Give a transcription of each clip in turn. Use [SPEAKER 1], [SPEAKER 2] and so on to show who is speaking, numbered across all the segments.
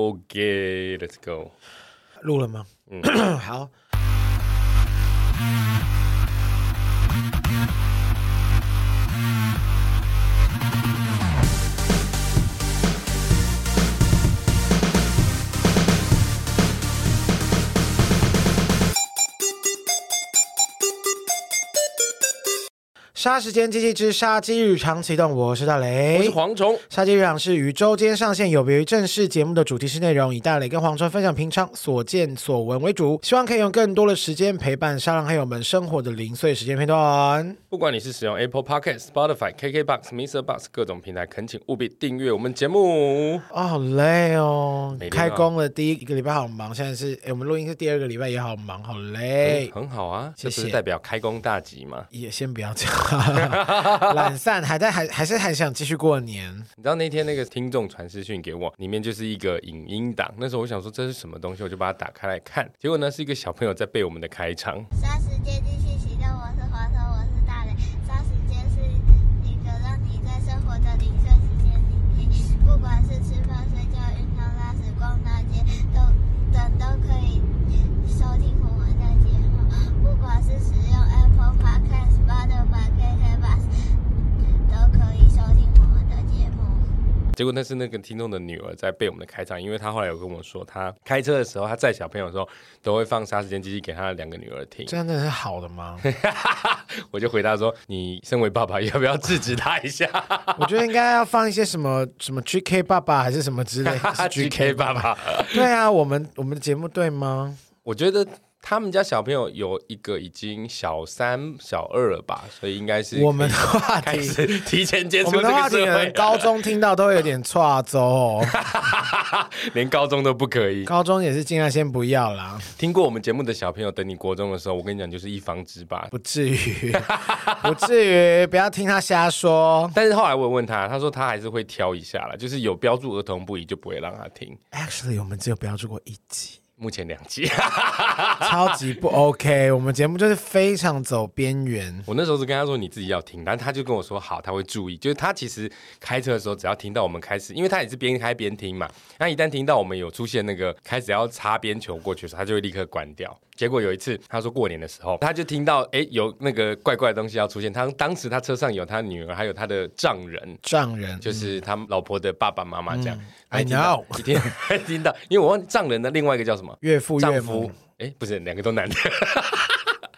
[SPEAKER 1] OK，Let's、go。
[SPEAKER 2] 录了吗？嗯， 好。杀时间机器之杀鸡日常启动，我是大雷，
[SPEAKER 1] 我是蝗虫，
[SPEAKER 2] 杀鸡日常是于周间上线，有别于正式节目的主题式内容，以大磊跟黄川分享平常所见所闻为主，希望可以用更多的时间陪伴沙狼黑友们生活的零碎时间片段。
[SPEAKER 1] 不管你是使用 Apple Podcast、Spotify、KKBox、Mr. Box 各种平台，恳请务必订阅我们节目。
[SPEAKER 2] 啊、好累哦
[SPEAKER 1] 每！天啊
[SPEAKER 2] 开工了第一个礼拜好忙，现在是哎，我们录音是第二个礼拜也好忙，好累。
[SPEAKER 1] 嗯很好啊，
[SPEAKER 2] 哎谢
[SPEAKER 1] 这
[SPEAKER 2] 谢
[SPEAKER 1] 不是代表开工大吉吗？
[SPEAKER 2] 也先不要这样，懒散，还在还还是很想继续过年。
[SPEAKER 1] 你知道那天那个听众传私讯给我，里面就是一个影音档，那时候我想说这是什么东西，我就把它打开来看，结果呢是一个小朋友在背我们的开场。
[SPEAKER 3] 杀时间继续启动，我是黄头，我是大磊。杀时间是一个让你在生活的零碎时间里面，不管是吃饭、睡觉、运动、拉屎、逛大街，都等都可以收听我们的节目。不管是使用 Apple Podcast、Spotify、KKBox，都可以收听我们的节目。
[SPEAKER 1] 结果那是那个听众的女儿在背我们的开场，因为她后来有跟我说，她开车的时候，她载小朋友的时候都会放《杀时间机器》给她的两个女儿听。
[SPEAKER 2] 真的是好的吗？
[SPEAKER 1] 我就回答说：“你身为爸爸，要不要制止他一下
[SPEAKER 2] 我觉得应该要放一些什么什么 GK 爸爸啊还是什么之类 哎是
[SPEAKER 1] ？”GK 爸爸，
[SPEAKER 2] 对啊，我们我们的节目对吗？
[SPEAKER 1] 我觉得他们家小朋友有一个已经小三、小二了吧，所以应该是
[SPEAKER 2] 我们的话
[SPEAKER 1] 开
[SPEAKER 2] 题，
[SPEAKER 1] 始提前接
[SPEAKER 2] 我
[SPEAKER 1] 触这
[SPEAKER 2] 们的话
[SPEAKER 1] 个
[SPEAKER 2] 题
[SPEAKER 1] 社
[SPEAKER 2] 可
[SPEAKER 1] 会
[SPEAKER 2] 能，高中听到都会有点岔 走、哦，
[SPEAKER 1] 啊连高中都不可以。
[SPEAKER 2] 高中也是尽量先不要啦，
[SPEAKER 1] 听过我们节目的小朋友，等你国中的时候，我跟你讲，就是一方之霸。
[SPEAKER 2] 不至于，不至于，不要听他瞎说。
[SPEAKER 1] 但是后来我有问他，他说他还是会挑一下啦，就是有标注儿童不宜就不会让他听。
[SPEAKER 2] Actually，我们只有标注过一集。
[SPEAKER 1] 目前两集，
[SPEAKER 2] 超级不 OK。我们节目就是非常走边缘。
[SPEAKER 1] 我那时候是跟他说你自己要听，但他就跟我说好，他会注意。就是他其实开车的时候，只要听到我们开始，因为他也是边开边听嘛。那一旦听到我们有出现那个开始要擦边球过去的时候，他就会立刻关掉。结果有一次，他说过年的时候，他就听到哎有那个怪怪的东西要出现。他当时他车上有他女儿，还有他的丈人，
[SPEAKER 2] 丈人
[SPEAKER 1] 就是他老婆的爸爸妈妈这样。
[SPEAKER 2] 嗯 I
[SPEAKER 1] 一听到
[SPEAKER 2] know
[SPEAKER 1] 一听 一听到，因为我忘丈人的另外一个叫什么
[SPEAKER 2] 岳父岳
[SPEAKER 1] 丈夫
[SPEAKER 2] 母，，
[SPEAKER 1] 哎，不是两个都男的。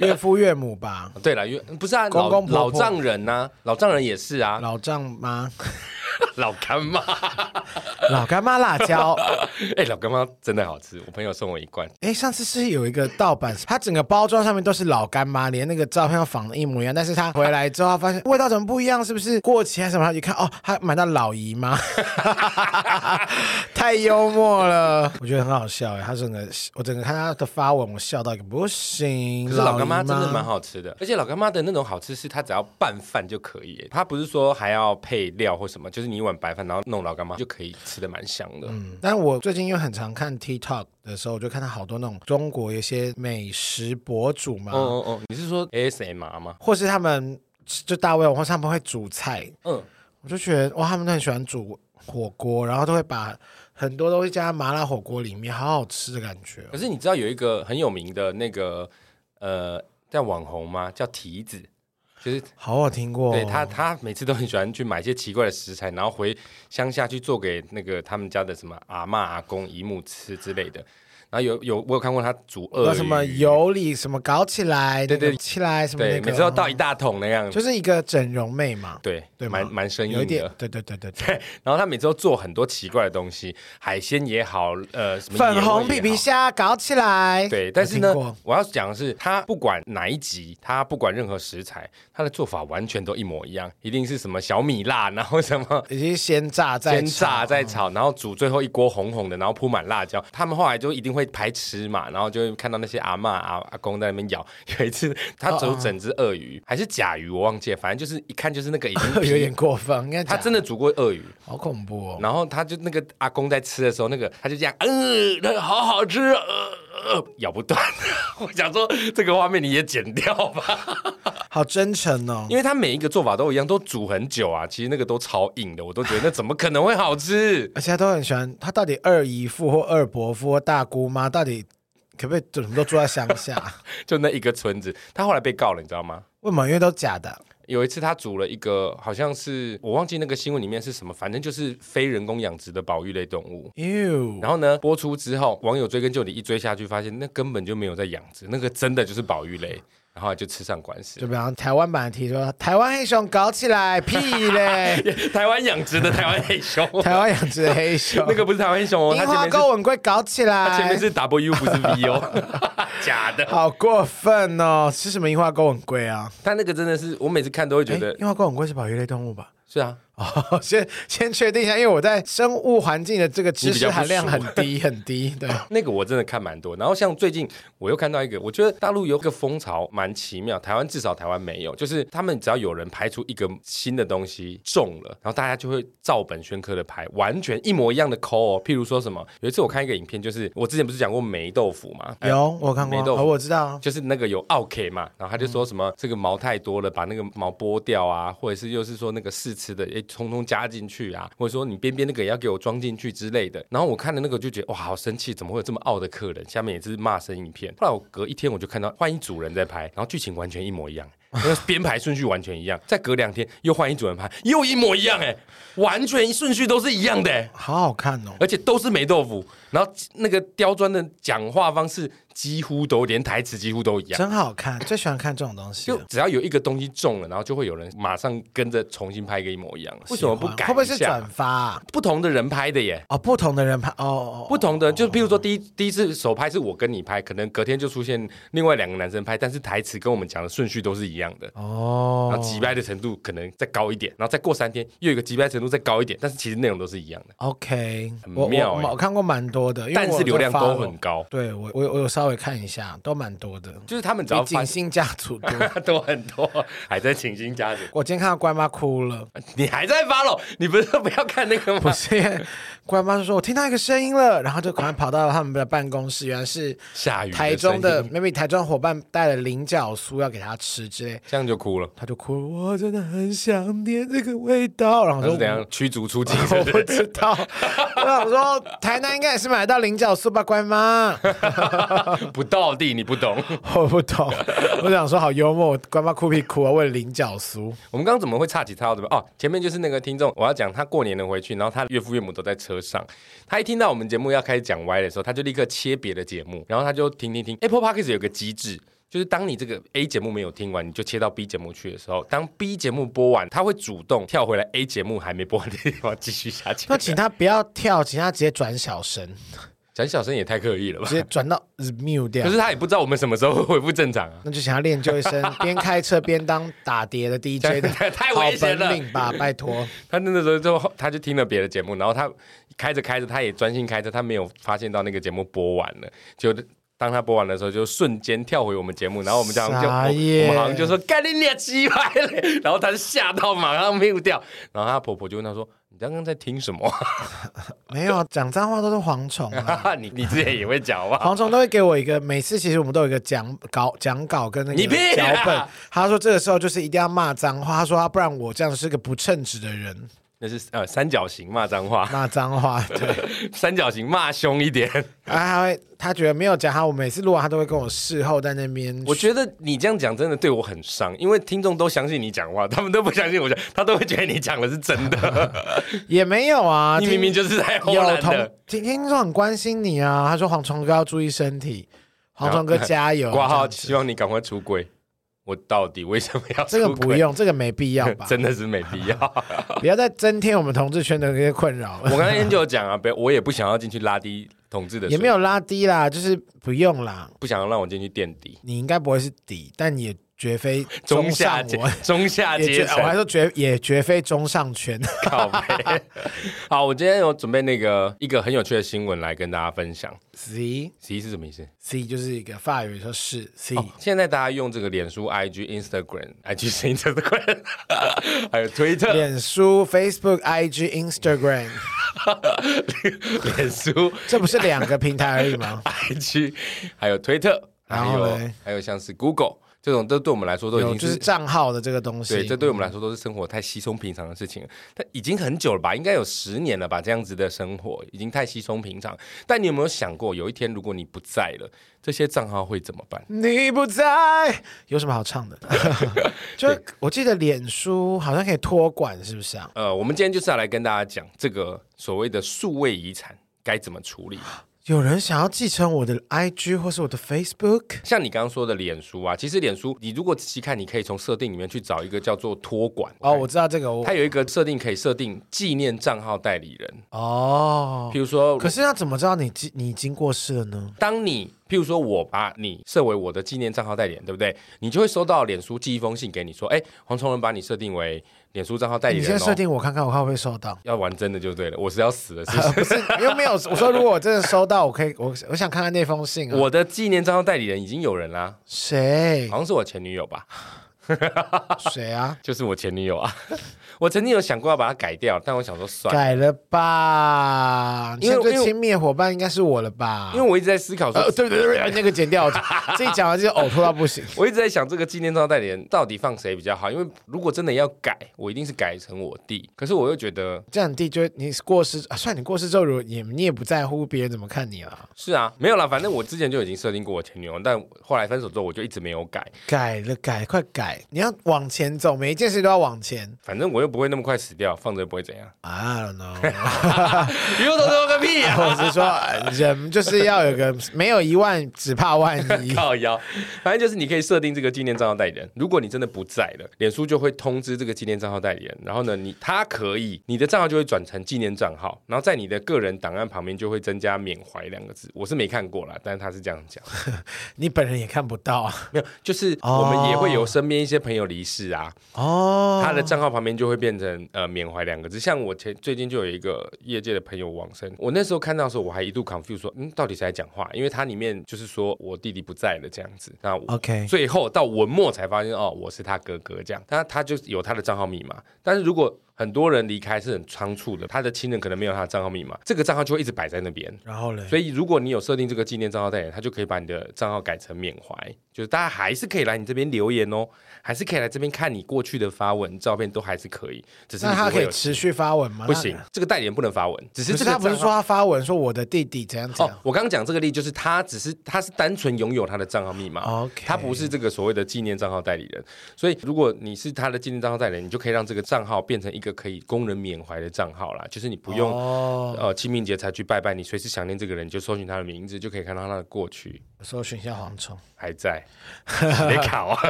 [SPEAKER 2] 岳父岳母吧，
[SPEAKER 1] 对了，因为不是啊，
[SPEAKER 2] 公公
[SPEAKER 1] 老
[SPEAKER 2] 婆
[SPEAKER 1] 老
[SPEAKER 2] 婆
[SPEAKER 1] 丈人呐、老丈人也是啊，
[SPEAKER 2] 老丈妈、
[SPEAKER 1] 老干妈，
[SPEAKER 2] 老干妈辣椒。
[SPEAKER 1] 哎、老干妈真的好吃，我朋友送我一罐，
[SPEAKER 2] 哎，上次是有一个盗版，它整个包装上面都是老干妈，连那个照片都仿的一模一样。但是它回来之后发现味道怎么不一样？是不是过期还是什么？他一看哦，他买到老姨妈， 太幽默了，我觉得很好笑哎。他整个我整个看他的发文，我笑到一个不行。
[SPEAKER 1] 可是老干妈
[SPEAKER 2] 姨
[SPEAKER 1] 真的蛮好吃的，而且老干妈的那种好吃是它只要拌饭就可以，它不是说还要配料或什么，就是你一碗白饭然后弄老干妈就可以吃的蛮香的。
[SPEAKER 2] 嗯但我最近因为很常看 TikTok 的时候，我就看到好多那种中国有一些美食博主嘛，
[SPEAKER 1] 哦哦哦，你是说 ASMR 吗？
[SPEAKER 2] 或是他们就大胃王，或是他们会煮菜，
[SPEAKER 1] 嗯，
[SPEAKER 2] 我就觉得哇，他们都很喜欢煮火锅，然后都会把很多东西加在麻辣火锅里面，好好吃的感觉哦
[SPEAKER 1] 可。是你知道有一个很有名的那个呃叫网红吗？叫提子，就是
[SPEAKER 2] 好，我听过，
[SPEAKER 1] 对他，他每次都很喜欢去买一些奇怪的食材，然后回乡下去做给那个他们家的什么阿嬷、阿公、姨母吃之类的。然后有有我有看过他煮鳄
[SPEAKER 2] 有
[SPEAKER 1] 鱼，
[SPEAKER 2] 什么油里什么搞起来，
[SPEAKER 1] 对对
[SPEAKER 2] 那个起来什么那
[SPEAKER 1] 对，
[SPEAKER 2] 个，哦
[SPEAKER 1] 每次都倒一大桶那样子，
[SPEAKER 2] 就是一个整容妹嘛，
[SPEAKER 1] 对
[SPEAKER 2] 对吗
[SPEAKER 1] 蛮蛮生啊
[SPEAKER 2] 有一
[SPEAKER 1] 硬
[SPEAKER 2] 点
[SPEAKER 1] 的，。
[SPEAKER 2] 对对 对对对。
[SPEAKER 1] 然后他每次都做很多奇怪的东西，海鲜也好，呃，什么野味也
[SPEAKER 2] 粉
[SPEAKER 1] 好
[SPEAKER 2] 红皮皮虾搞起来，
[SPEAKER 1] 对，但是
[SPEAKER 2] 有
[SPEAKER 1] 呢
[SPEAKER 2] 听过，
[SPEAKER 1] 我要讲的是，他不管哪一集，他不管任何食材，他的做法完全都一模一样，一定是什么小米辣，然后什么
[SPEAKER 2] 已经先炸再
[SPEAKER 1] 先炸
[SPEAKER 2] 炒嗯
[SPEAKER 1] 再炒，然后煮最后一锅红红的，然后铺满辣椒。他们后来就一定会排吃嘛，然后就会看到那些阿嬷阿阿公在那边咬。 有一次他煮整只鳄鱼还是甲鱼，我忘记了，反正就是一看就是那个已经
[SPEAKER 2] 有 点过分，应该
[SPEAKER 1] 他
[SPEAKER 2] 讲
[SPEAKER 1] 真的煮过鳄鱼，
[SPEAKER 2] 好恐怖哦。
[SPEAKER 1] 然后他就那个阿公在吃的时候，那个他就这样，嗯、好好吃，呃呃咬不断。 我想说这个画面你也剪掉 吧，
[SPEAKER 2] 好真诚哦
[SPEAKER 1] 因。为它每一个做法都一样，都煮很久啊，其实那个都超硬的，我都觉得那怎么可能会好吃？
[SPEAKER 2] 而且他都很喜欢，他到底二姨父或二伯父或大姑妈，到底可不可以怎么都住在乡 下？
[SPEAKER 1] 就那一个村子，他后来被告了，你知道吗？
[SPEAKER 2] 为什么？因为都假的。
[SPEAKER 1] 有一次，他煮了一个，好像是我忘记那个新闻里面是什么，反正就是非人工养殖的保育类动物。
[SPEAKER 2] 哟，
[SPEAKER 1] 然后呢，播出之后，网友追根究底一追下去，发现那根本就没有在养殖，那个真的就是保育类，然后就吃上官司
[SPEAKER 2] 就。比方台湾版的题说，台湾黑熊搞起来，屁嘞！
[SPEAKER 1] 台湾养殖的台湾黑熊，
[SPEAKER 2] 台湾养殖的黑熊，
[SPEAKER 1] 那个不是台湾黑熊哦，它
[SPEAKER 2] 樱
[SPEAKER 1] 前
[SPEAKER 2] 花
[SPEAKER 1] 面是
[SPEAKER 2] 沟吻龟搞起来，
[SPEAKER 1] 它前面是 W 不是 V 哦，假的。
[SPEAKER 2] 好过分哦！吃什么樱花沟吻龟啊？
[SPEAKER 1] 它那个真的是，我每次看都会觉
[SPEAKER 2] 哎
[SPEAKER 1] 得，
[SPEAKER 2] 樱花沟吻龟是保育类动物吧？
[SPEAKER 1] 是啊，
[SPEAKER 2] 哦，先先确定一下，因为我在生物环境的这个知
[SPEAKER 1] 你比
[SPEAKER 2] 识
[SPEAKER 1] 较不
[SPEAKER 2] 含量
[SPEAKER 1] 熟
[SPEAKER 2] 很低很低。对，
[SPEAKER 1] 那个我真的看蛮多。然后像最近我又看到一个，我觉得大陆有一个风潮蛮奇妙，台湾至少台湾没有，就是他们只要有人排出一个新的东西中了，然后大家就会照本宣科的排，完全一模一样的抠哦。譬如说什么，有一次我看一个影片，就是我之前不是讲过霉豆腐嘛， 哎
[SPEAKER 2] 有我看过啊，
[SPEAKER 1] 霉豆
[SPEAKER 2] 哦
[SPEAKER 1] 腐
[SPEAKER 2] 我知道啊，
[SPEAKER 1] 就是那个有 OK 嘛，然后他就说什么、这个毛太多了，把那个毛剥掉啊，或者是又是说那个试吃的，哎，通通加进去啊，或者说你边边那个也要给我装进去之类的。然后我看了那个就觉得哇，好生气，怎么会有这么傲的客人？下面也是骂声一片。后来我隔一天我就看到换一组人在拍，然后剧情完全一模一样。那个编排顺序完全一样，再隔两天又换一组人拍，又一模一样哎、完全顺序都是一样的、哎
[SPEAKER 2] 好好看哦。
[SPEAKER 1] 而且都是霉豆腐，然后那个刁钻的讲话方式几乎都连台词几乎都一样，
[SPEAKER 2] 真好看，最喜欢看这种东西
[SPEAKER 1] 就
[SPEAKER 2] 了。
[SPEAKER 1] 只要有一个东西中了，然后就会有人马上跟着重新拍一个一模一样的，为什么不
[SPEAKER 2] 喜欢
[SPEAKER 1] 改一下？
[SPEAKER 2] 会不会是转发啊？
[SPEAKER 1] 不同的人拍的耶？
[SPEAKER 2] 哦，不同的人拍哦哦，
[SPEAKER 1] 不同的，就譬如说第一第一次首拍是我跟你拍，可能隔天就出现另外两个男生拍，但是台词跟我们讲的顺序都是一样的，
[SPEAKER 2] 哦，
[SPEAKER 1] 然后击败的程度可能再高一点，然后再过三天又有一个击败程度再高一点，但是其实内容都是一样的，
[SPEAKER 2] OK，
[SPEAKER 1] 很
[SPEAKER 2] 我
[SPEAKER 1] 妙
[SPEAKER 2] 我
[SPEAKER 1] 欸
[SPEAKER 2] 我看过蛮多的，因为
[SPEAKER 1] 但
[SPEAKER 2] 我
[SPEAKER 1] 是
[SPEAKER 2] 有
[SPEAKER 1] 流量都
[SPEAKER 2] follow
[SPEAKER 1] 很。高，
[SPEAKER 2] 对我我我有稍微看一下，都蛮多的，
[SPEAKER 1] 就是他们只
[SPEAKER 2] 比
[SPEAKER 1] 要
[SPEAKER 2] 景
[SPEAKER 1] 翻
[SPEAKER 2] 星家族多。
[SPEAKER 1] 都很多，还在请新家族，
[SPEAKER 2] 我今天看到乖妈哭 了，
[SPEAKER 1] 你还在 follow？你不是说不要看那个
[SPEAKER 2] 不
[SPEAKER 1] 吗？
[SPEAKER 2] 是因为乖妈就说我听到一个声音了，然后就赶快跑到他们的办公室，原来是
[SPEAKER 1] 下雨的
[SPEAKER 2] 台中的
[SPEAKER 1] 声
[SPEAKER 2] maybe 台中伙伴带了菱角酥要给他吃之类，
[SPEAKER 1] 这样就哭了。
[SPEAKER 2] 他就哭了，我真的很想念这个味道，然后
[SPEAKER 1] 他
[SPEAKER 2] 我
[SPEAKER 1] 是
[SPEAKER 2] 说
[SPEAKER 1] 怎样驱逐出境？
[SPEAKER 2] 我
[SPEAKER 1] 是不
[SPEAKER 2] 不
[SPEAKER 1] 是
[SPEAKER 2] 知道，我想说台南应该也是买得到菱角酥吧，乖妈。
[SPEAKER 1] 不到地，你不懂。
[SPEAKER 2] 我不懂，我想说好幽默，我乖妈哭屁哭啊，为了菱角酥。
[SPEAKER 1] 我们刚刚怎么会岔题岔到这边？哦，前面就是那个听众，我要讲他过年的回去，然后他岳父岳母都在车上，他一听到我们节目要开始讲歪的时候，他就立刻切别的节目，然后他就停停停。Apple Podcast 有个机制。就是当你这个 A 节目没有听完，你就切到 B 节目去的时候，当 B 节目播完，他会主动跳回来 A 节目还没播完的地方继续下去
[SPEAKER 2] 那。请他不要跳，请他直接转小声，
[SPEAKER 1] 讲小声也太刻意了吧
[SPEAKER 2] 直？接转到 mute 掉
[SPEAKER 1] 可。是他也不知道我们什么时候会恢复正常啊。
[SPEAKER 2] 那就请他练就一身 边开车边当打碟的 DJ 的
[SPEAKER 1] 太 太
[SPEAKER 2] 好
[SPEAKER 1] 危险了
[SPEAKER 2] 本领吧，拜托。
[SPEAKER 1] 他那时候就他就听了别的节目，然后他开着开着，他也专心开车，他没有发现到那个节目播完了，就。当他播完的时候，就瞬间跳回我们节目，然后我们这样就
[SPEAKER 2] 傻
[SPEAKER 1] 我
[SPEAKER 2] 眼
[SPEAKER 1] 我们好像就说干你俩鸡排嘞，然后他就吓到马上 mute 掉，然后他婆婆就问他说：“你刚刚在听什么
[SPEAKER 2] 没有讲脏话都是蝗虫啊。
[SPEAKER 1] 啊？你你之前也会讲 哇？
[SPEAKER 2] 蝗虫都会给我一个，每次其实我们都有一个讲稿、讲稿跟那
[SPEAKER 1] 你屁啊
[SPEAKER 2] 个脚
[SPEAKER 1] 啦
[SPEAKER 2] 本。他说这个时候就是一定要骂脏话，他说啊他不然我这样是个不称职的人，
[SPEAKER 1] 那是呃三角形骂脏 话，
[SPEAKER 2] 骂脏话。对，
[SPEAKER 1] 三角形骂凶一点。
[SPEAKER 2] 啊，他会，他觉得没有讲他，我每次录完他都会跟我事后在那边。
[SPEAKER 1] 我觉得你这样讲真的对我很伤，因为听众都相信你讲话，他们都不相信我讲，他都会觉得你讲的是真的。
[SPEAKER 2] 也没有啊，
[SPEAKER 1] 你
[SPEAKER 2] 听
[SPEAKER 1] 明明就是在偷
[SPEAKER 2] 有
[SPEAKER 1] 懒
[SPEAKER 2] 同
[SPEAKER 1] 的，
[SPEAKER 2] 听听众很关心你啊，他说黄虫哥要注意身体，黄虫哥加油。
[SPEAKER 1] 挂号，
[SPEAKER 2] 呃这样子
[SPEAKER 1] 希望你赶快出轨。我到底为什么要
[SPEAKER 2] 这个
[SPEAKER 1] 出
[SPEAKER 2] 不
[SPEAKER 1] 轨？
[SPEAKER 2] 用，这个没必要吧？
[SPEAKER 1] 真的是没 必要。
[SPEAKER 2] 不要再增添我们同志圈的那些困扰
[SPEAKER 1] 我
[SPEAKER 2] 了，
[SPEAKER 1] 刚刚就有讲啊，不，我也不想要进去拉低统治的水，
[SPEAKER 2] 也没有拉低啦，就是不用啦。
[SPEAKER 1] 不想要让我进去垫底。
[SPEAKER 2] 你应该不会是底，但也绝非
[SPEAKER 1] 中下
[SPEAKER 2] 上
[SPEAKER 1] 阶
[SPEAKER 2] 文，
[SPEAKER 1] 中下
[SPEAKER 2] 也绝
[SPEAKER 1] 阶
[SPEAKER 2] 我还
[SPEAKER 1] 层，
[SPEAKER 2] 说绝也绝非中上圈。
[SPEAKER 1] 靠背。好，我今天有准备那个一个很有趣的新闻来跟大家分享。
[SPEAKER 2] C
[SPEAKER 1] C 是什么意思？
[SPEAKER 2] C 就是一个法语说是 C，、
[SPEAKER 1] 现在大家用这个脸书、IG、Instagram、IG 是 Instagram，还有推特、
[SPEAKER 2] 脸书、Facebook、IG、Instagram，
[SPEAKER 1] 脸书、？
[SPEAKER 2] 这不是两个平台而已吗
[SPEAKER 1] IG，还有推特，
[SPEAKER 2] 然
[SPEAKER 1] 还
[SPEAKER 2] 后
[SPEAKER 1] 有
[SPEAKER 2] 嘞
[SPEAKER 1] 还有像是 Google 这种，都 对我们来说都已
[SPEAKER 2] 有
[SPEAKER 1] 经
[SPEAKER 2] 就是账号的这个东西，
[SPEAKER 1] 对，这对我们来说都是生活太稀松平常的事情了。但已经很久了吧，应该有十年了吧，这样子的生活已经太稀松平常。但你有没有想过，有一天如果你不在了，这些账号会怎么办？
[SPEAKER 2] 你不在有什么好唱的？ 就我记得脸书好像可以托管，是不是啊？
[SPEAKER 1] 呃，我们今天就是要来跟大家讲这个所谓的数位遗产该怎么处理。
[SPEAKER 2] 有人想要继承我的 IG 或是我的 Facebook，
[SPEAKER 1] 像你刚刚说的脸书啊，其实脸书你如果仔细看，你可以从设定里面去找一个叫做托管
[SPEAKER 2] 哦，我知道这个，我
[SPEAKER 1] 它有一个设定可以设定纪念账号代理人，
[SPEAKER 2] 哦
[SPEAKER 1] 譬。如说
[SPEAKER 2] 可是要怎么知道你经你已经过世了呢？
[SPEAKER 1] 当你譬如说我把你设为我的纪念账号代理人，对不对？你就会收到脸书寄一封信给你说，哎，黄崇仁把你设定为脸书账号代理
[SPEAKER 2] 你
[SPEAKER 1] 人
[SPEAKER 2] 先设
[SPEAKER 1] 哦。。
[SPEAKER 2] 定我看看，我看会不会收到
[SPEAKER 1] 要玩真的就对了，我是要死了，是不是？
[SPEAKER 2] 不是，又没有。我说，如果我真的收到，我可以，我我想看看那封信啊。
[SPEAKER 1] 我的纪念账号代理人已经有人啦，
[SPEAKER 2] 谁
[SPEAKER 1] 好像是我前女友吧，
[SPEAKER 2] 谁啊？
[SPEAKER 1] 就是我前女友啊。我曾经有想过要把它改掉，但我想说 算了，
[SPEAKER 2] 改了吧，你
[SPEAKER 1] 因为
[SPEAKER 2] 现在
[SPEAKER 1] 因为
[SPEAKER 2] 最亲密的伙伴应该是我了吧？
[SPEAKER 1] 因为我一直在思考说
[SPEAKER 2] 呃，，对对对 对，那个剪掉，自己讲完就呕吐到不行。
[SPEAKER 1] 我一直在想这个纪念照代理人到底放谁比较好，因为如果真的要改，我一定是改成我弟。可是我又觉得
[SPEAKER 2] 这样你弟就会你过世，啊、算你过世之后，如果你你也不在乎别人怎么看你了，
[SPEAKER 1] 是啊，没有啦，反正我之前就已经设定过我前女友，但后来分手之后我就一直没有改。
[SPEAKER 2] 改了改，快改！你要往前走，每一件事都要往前。
[SPEAKER 1] 反正我又不会那么快死掉，放着也不会怎样。
[SPEAKER 2] I don't know，
[SPEAKER 1] 有头有个屁 啊！
[SPEAKER 2] 我是说呃人就是要有个没有一万，只怕万 一。
[SPEAKER 1] 靠腰，反正就是你可以设定这个纪念账号代理人。如果你真的不在了，脸书就会通知这个纪念账号代理人，然后呢，你他可以，你的账号就会转成纪念账号，然后在你的个人档案旁边就会增加“缅怀”两个字。我是没看过啦，但是他是这样讲。
[SPEAKER 2] 你本人也看不到啊。
[SPEAKER 1] 没有， 就是
[SPEAKER 2] 哦
[SPEAKER 1] 我们也会有身边一些朋友离世啊，
[SPEAKER 2] 哦，
[SPEAKER 1] 他的账号旁边就会变成呃缅怀两个字。像我前最近就有一个业界的朋友往生，我那时候看到的时候，我还一度 confuse 说，嗯，到底谁在讲话？因为它里面就是说我弟弟不在了这样子。那我
[SPEAKER 2] OK
[SPEAKER 1] 最后到文末才发现哦，我是他哥哥这样。他他就有他的账号密码，但是如果很多人离开是很仓促的，他的亲人可能没有他的账号密码，这个账号就会一直摆在那边。
[SPEAKER 2] 然后嘞，
[SPEAKER 1] 所以，如果你有设定这个纪念账号代理人，他就可以把你的账号改成缅怀，就是大家还是可以来你这边留言哦，还是可以来这边看你过去的发文、照片，都还是可以。只是
[SPEAKER 2] 那
[SPEAKER 1] 你不
[SPEAKER 2] 他
[SPEAKER 1] 会
[SPEAKER 2] 可以
[SPEAKER 1] 有
[SPEAKER 2] 持续发文吗？
[SPEAKER 1] 不行，这个代理人不能发文，只
[SPEAKER 2] 那。
[SPEAKER 1] 是
[SPEAKER 2] 可是
[SPEAKER 1] 这个
[SPEAKER 2] 他不是
[SPEAKER 1] 账
[SPEAKER 2] 说
[SPEAKER 1] 号。
[SPEAKER 2] 他发文说我的弟弟怎样怎
[SPEAKER 1] 哦
[SPEAKER 2] 样，，
[SPEAKER 1] 我刚刚讲这个例就是他只是他是单纯拥有他的账号密码
[SPEAKER 2] OK
[SPEAKER 1] 他不是这个所谓的纪念账号代理人。所以如果你是他的纪念账号代理人，你就可以让这个账号变成一个可以供人缅怀的账号啦，就是你不用、
[SPEAKER 2] 哦，
[SPEAKER 1] 呃清明节才去拜拜，你随时想念这个人你就搜寻他的名字，就可以看到他的过去。
[SPEAKER 2] 搜寻一下蝗虫。
[SPEAKER 1] 还 在，没考啊。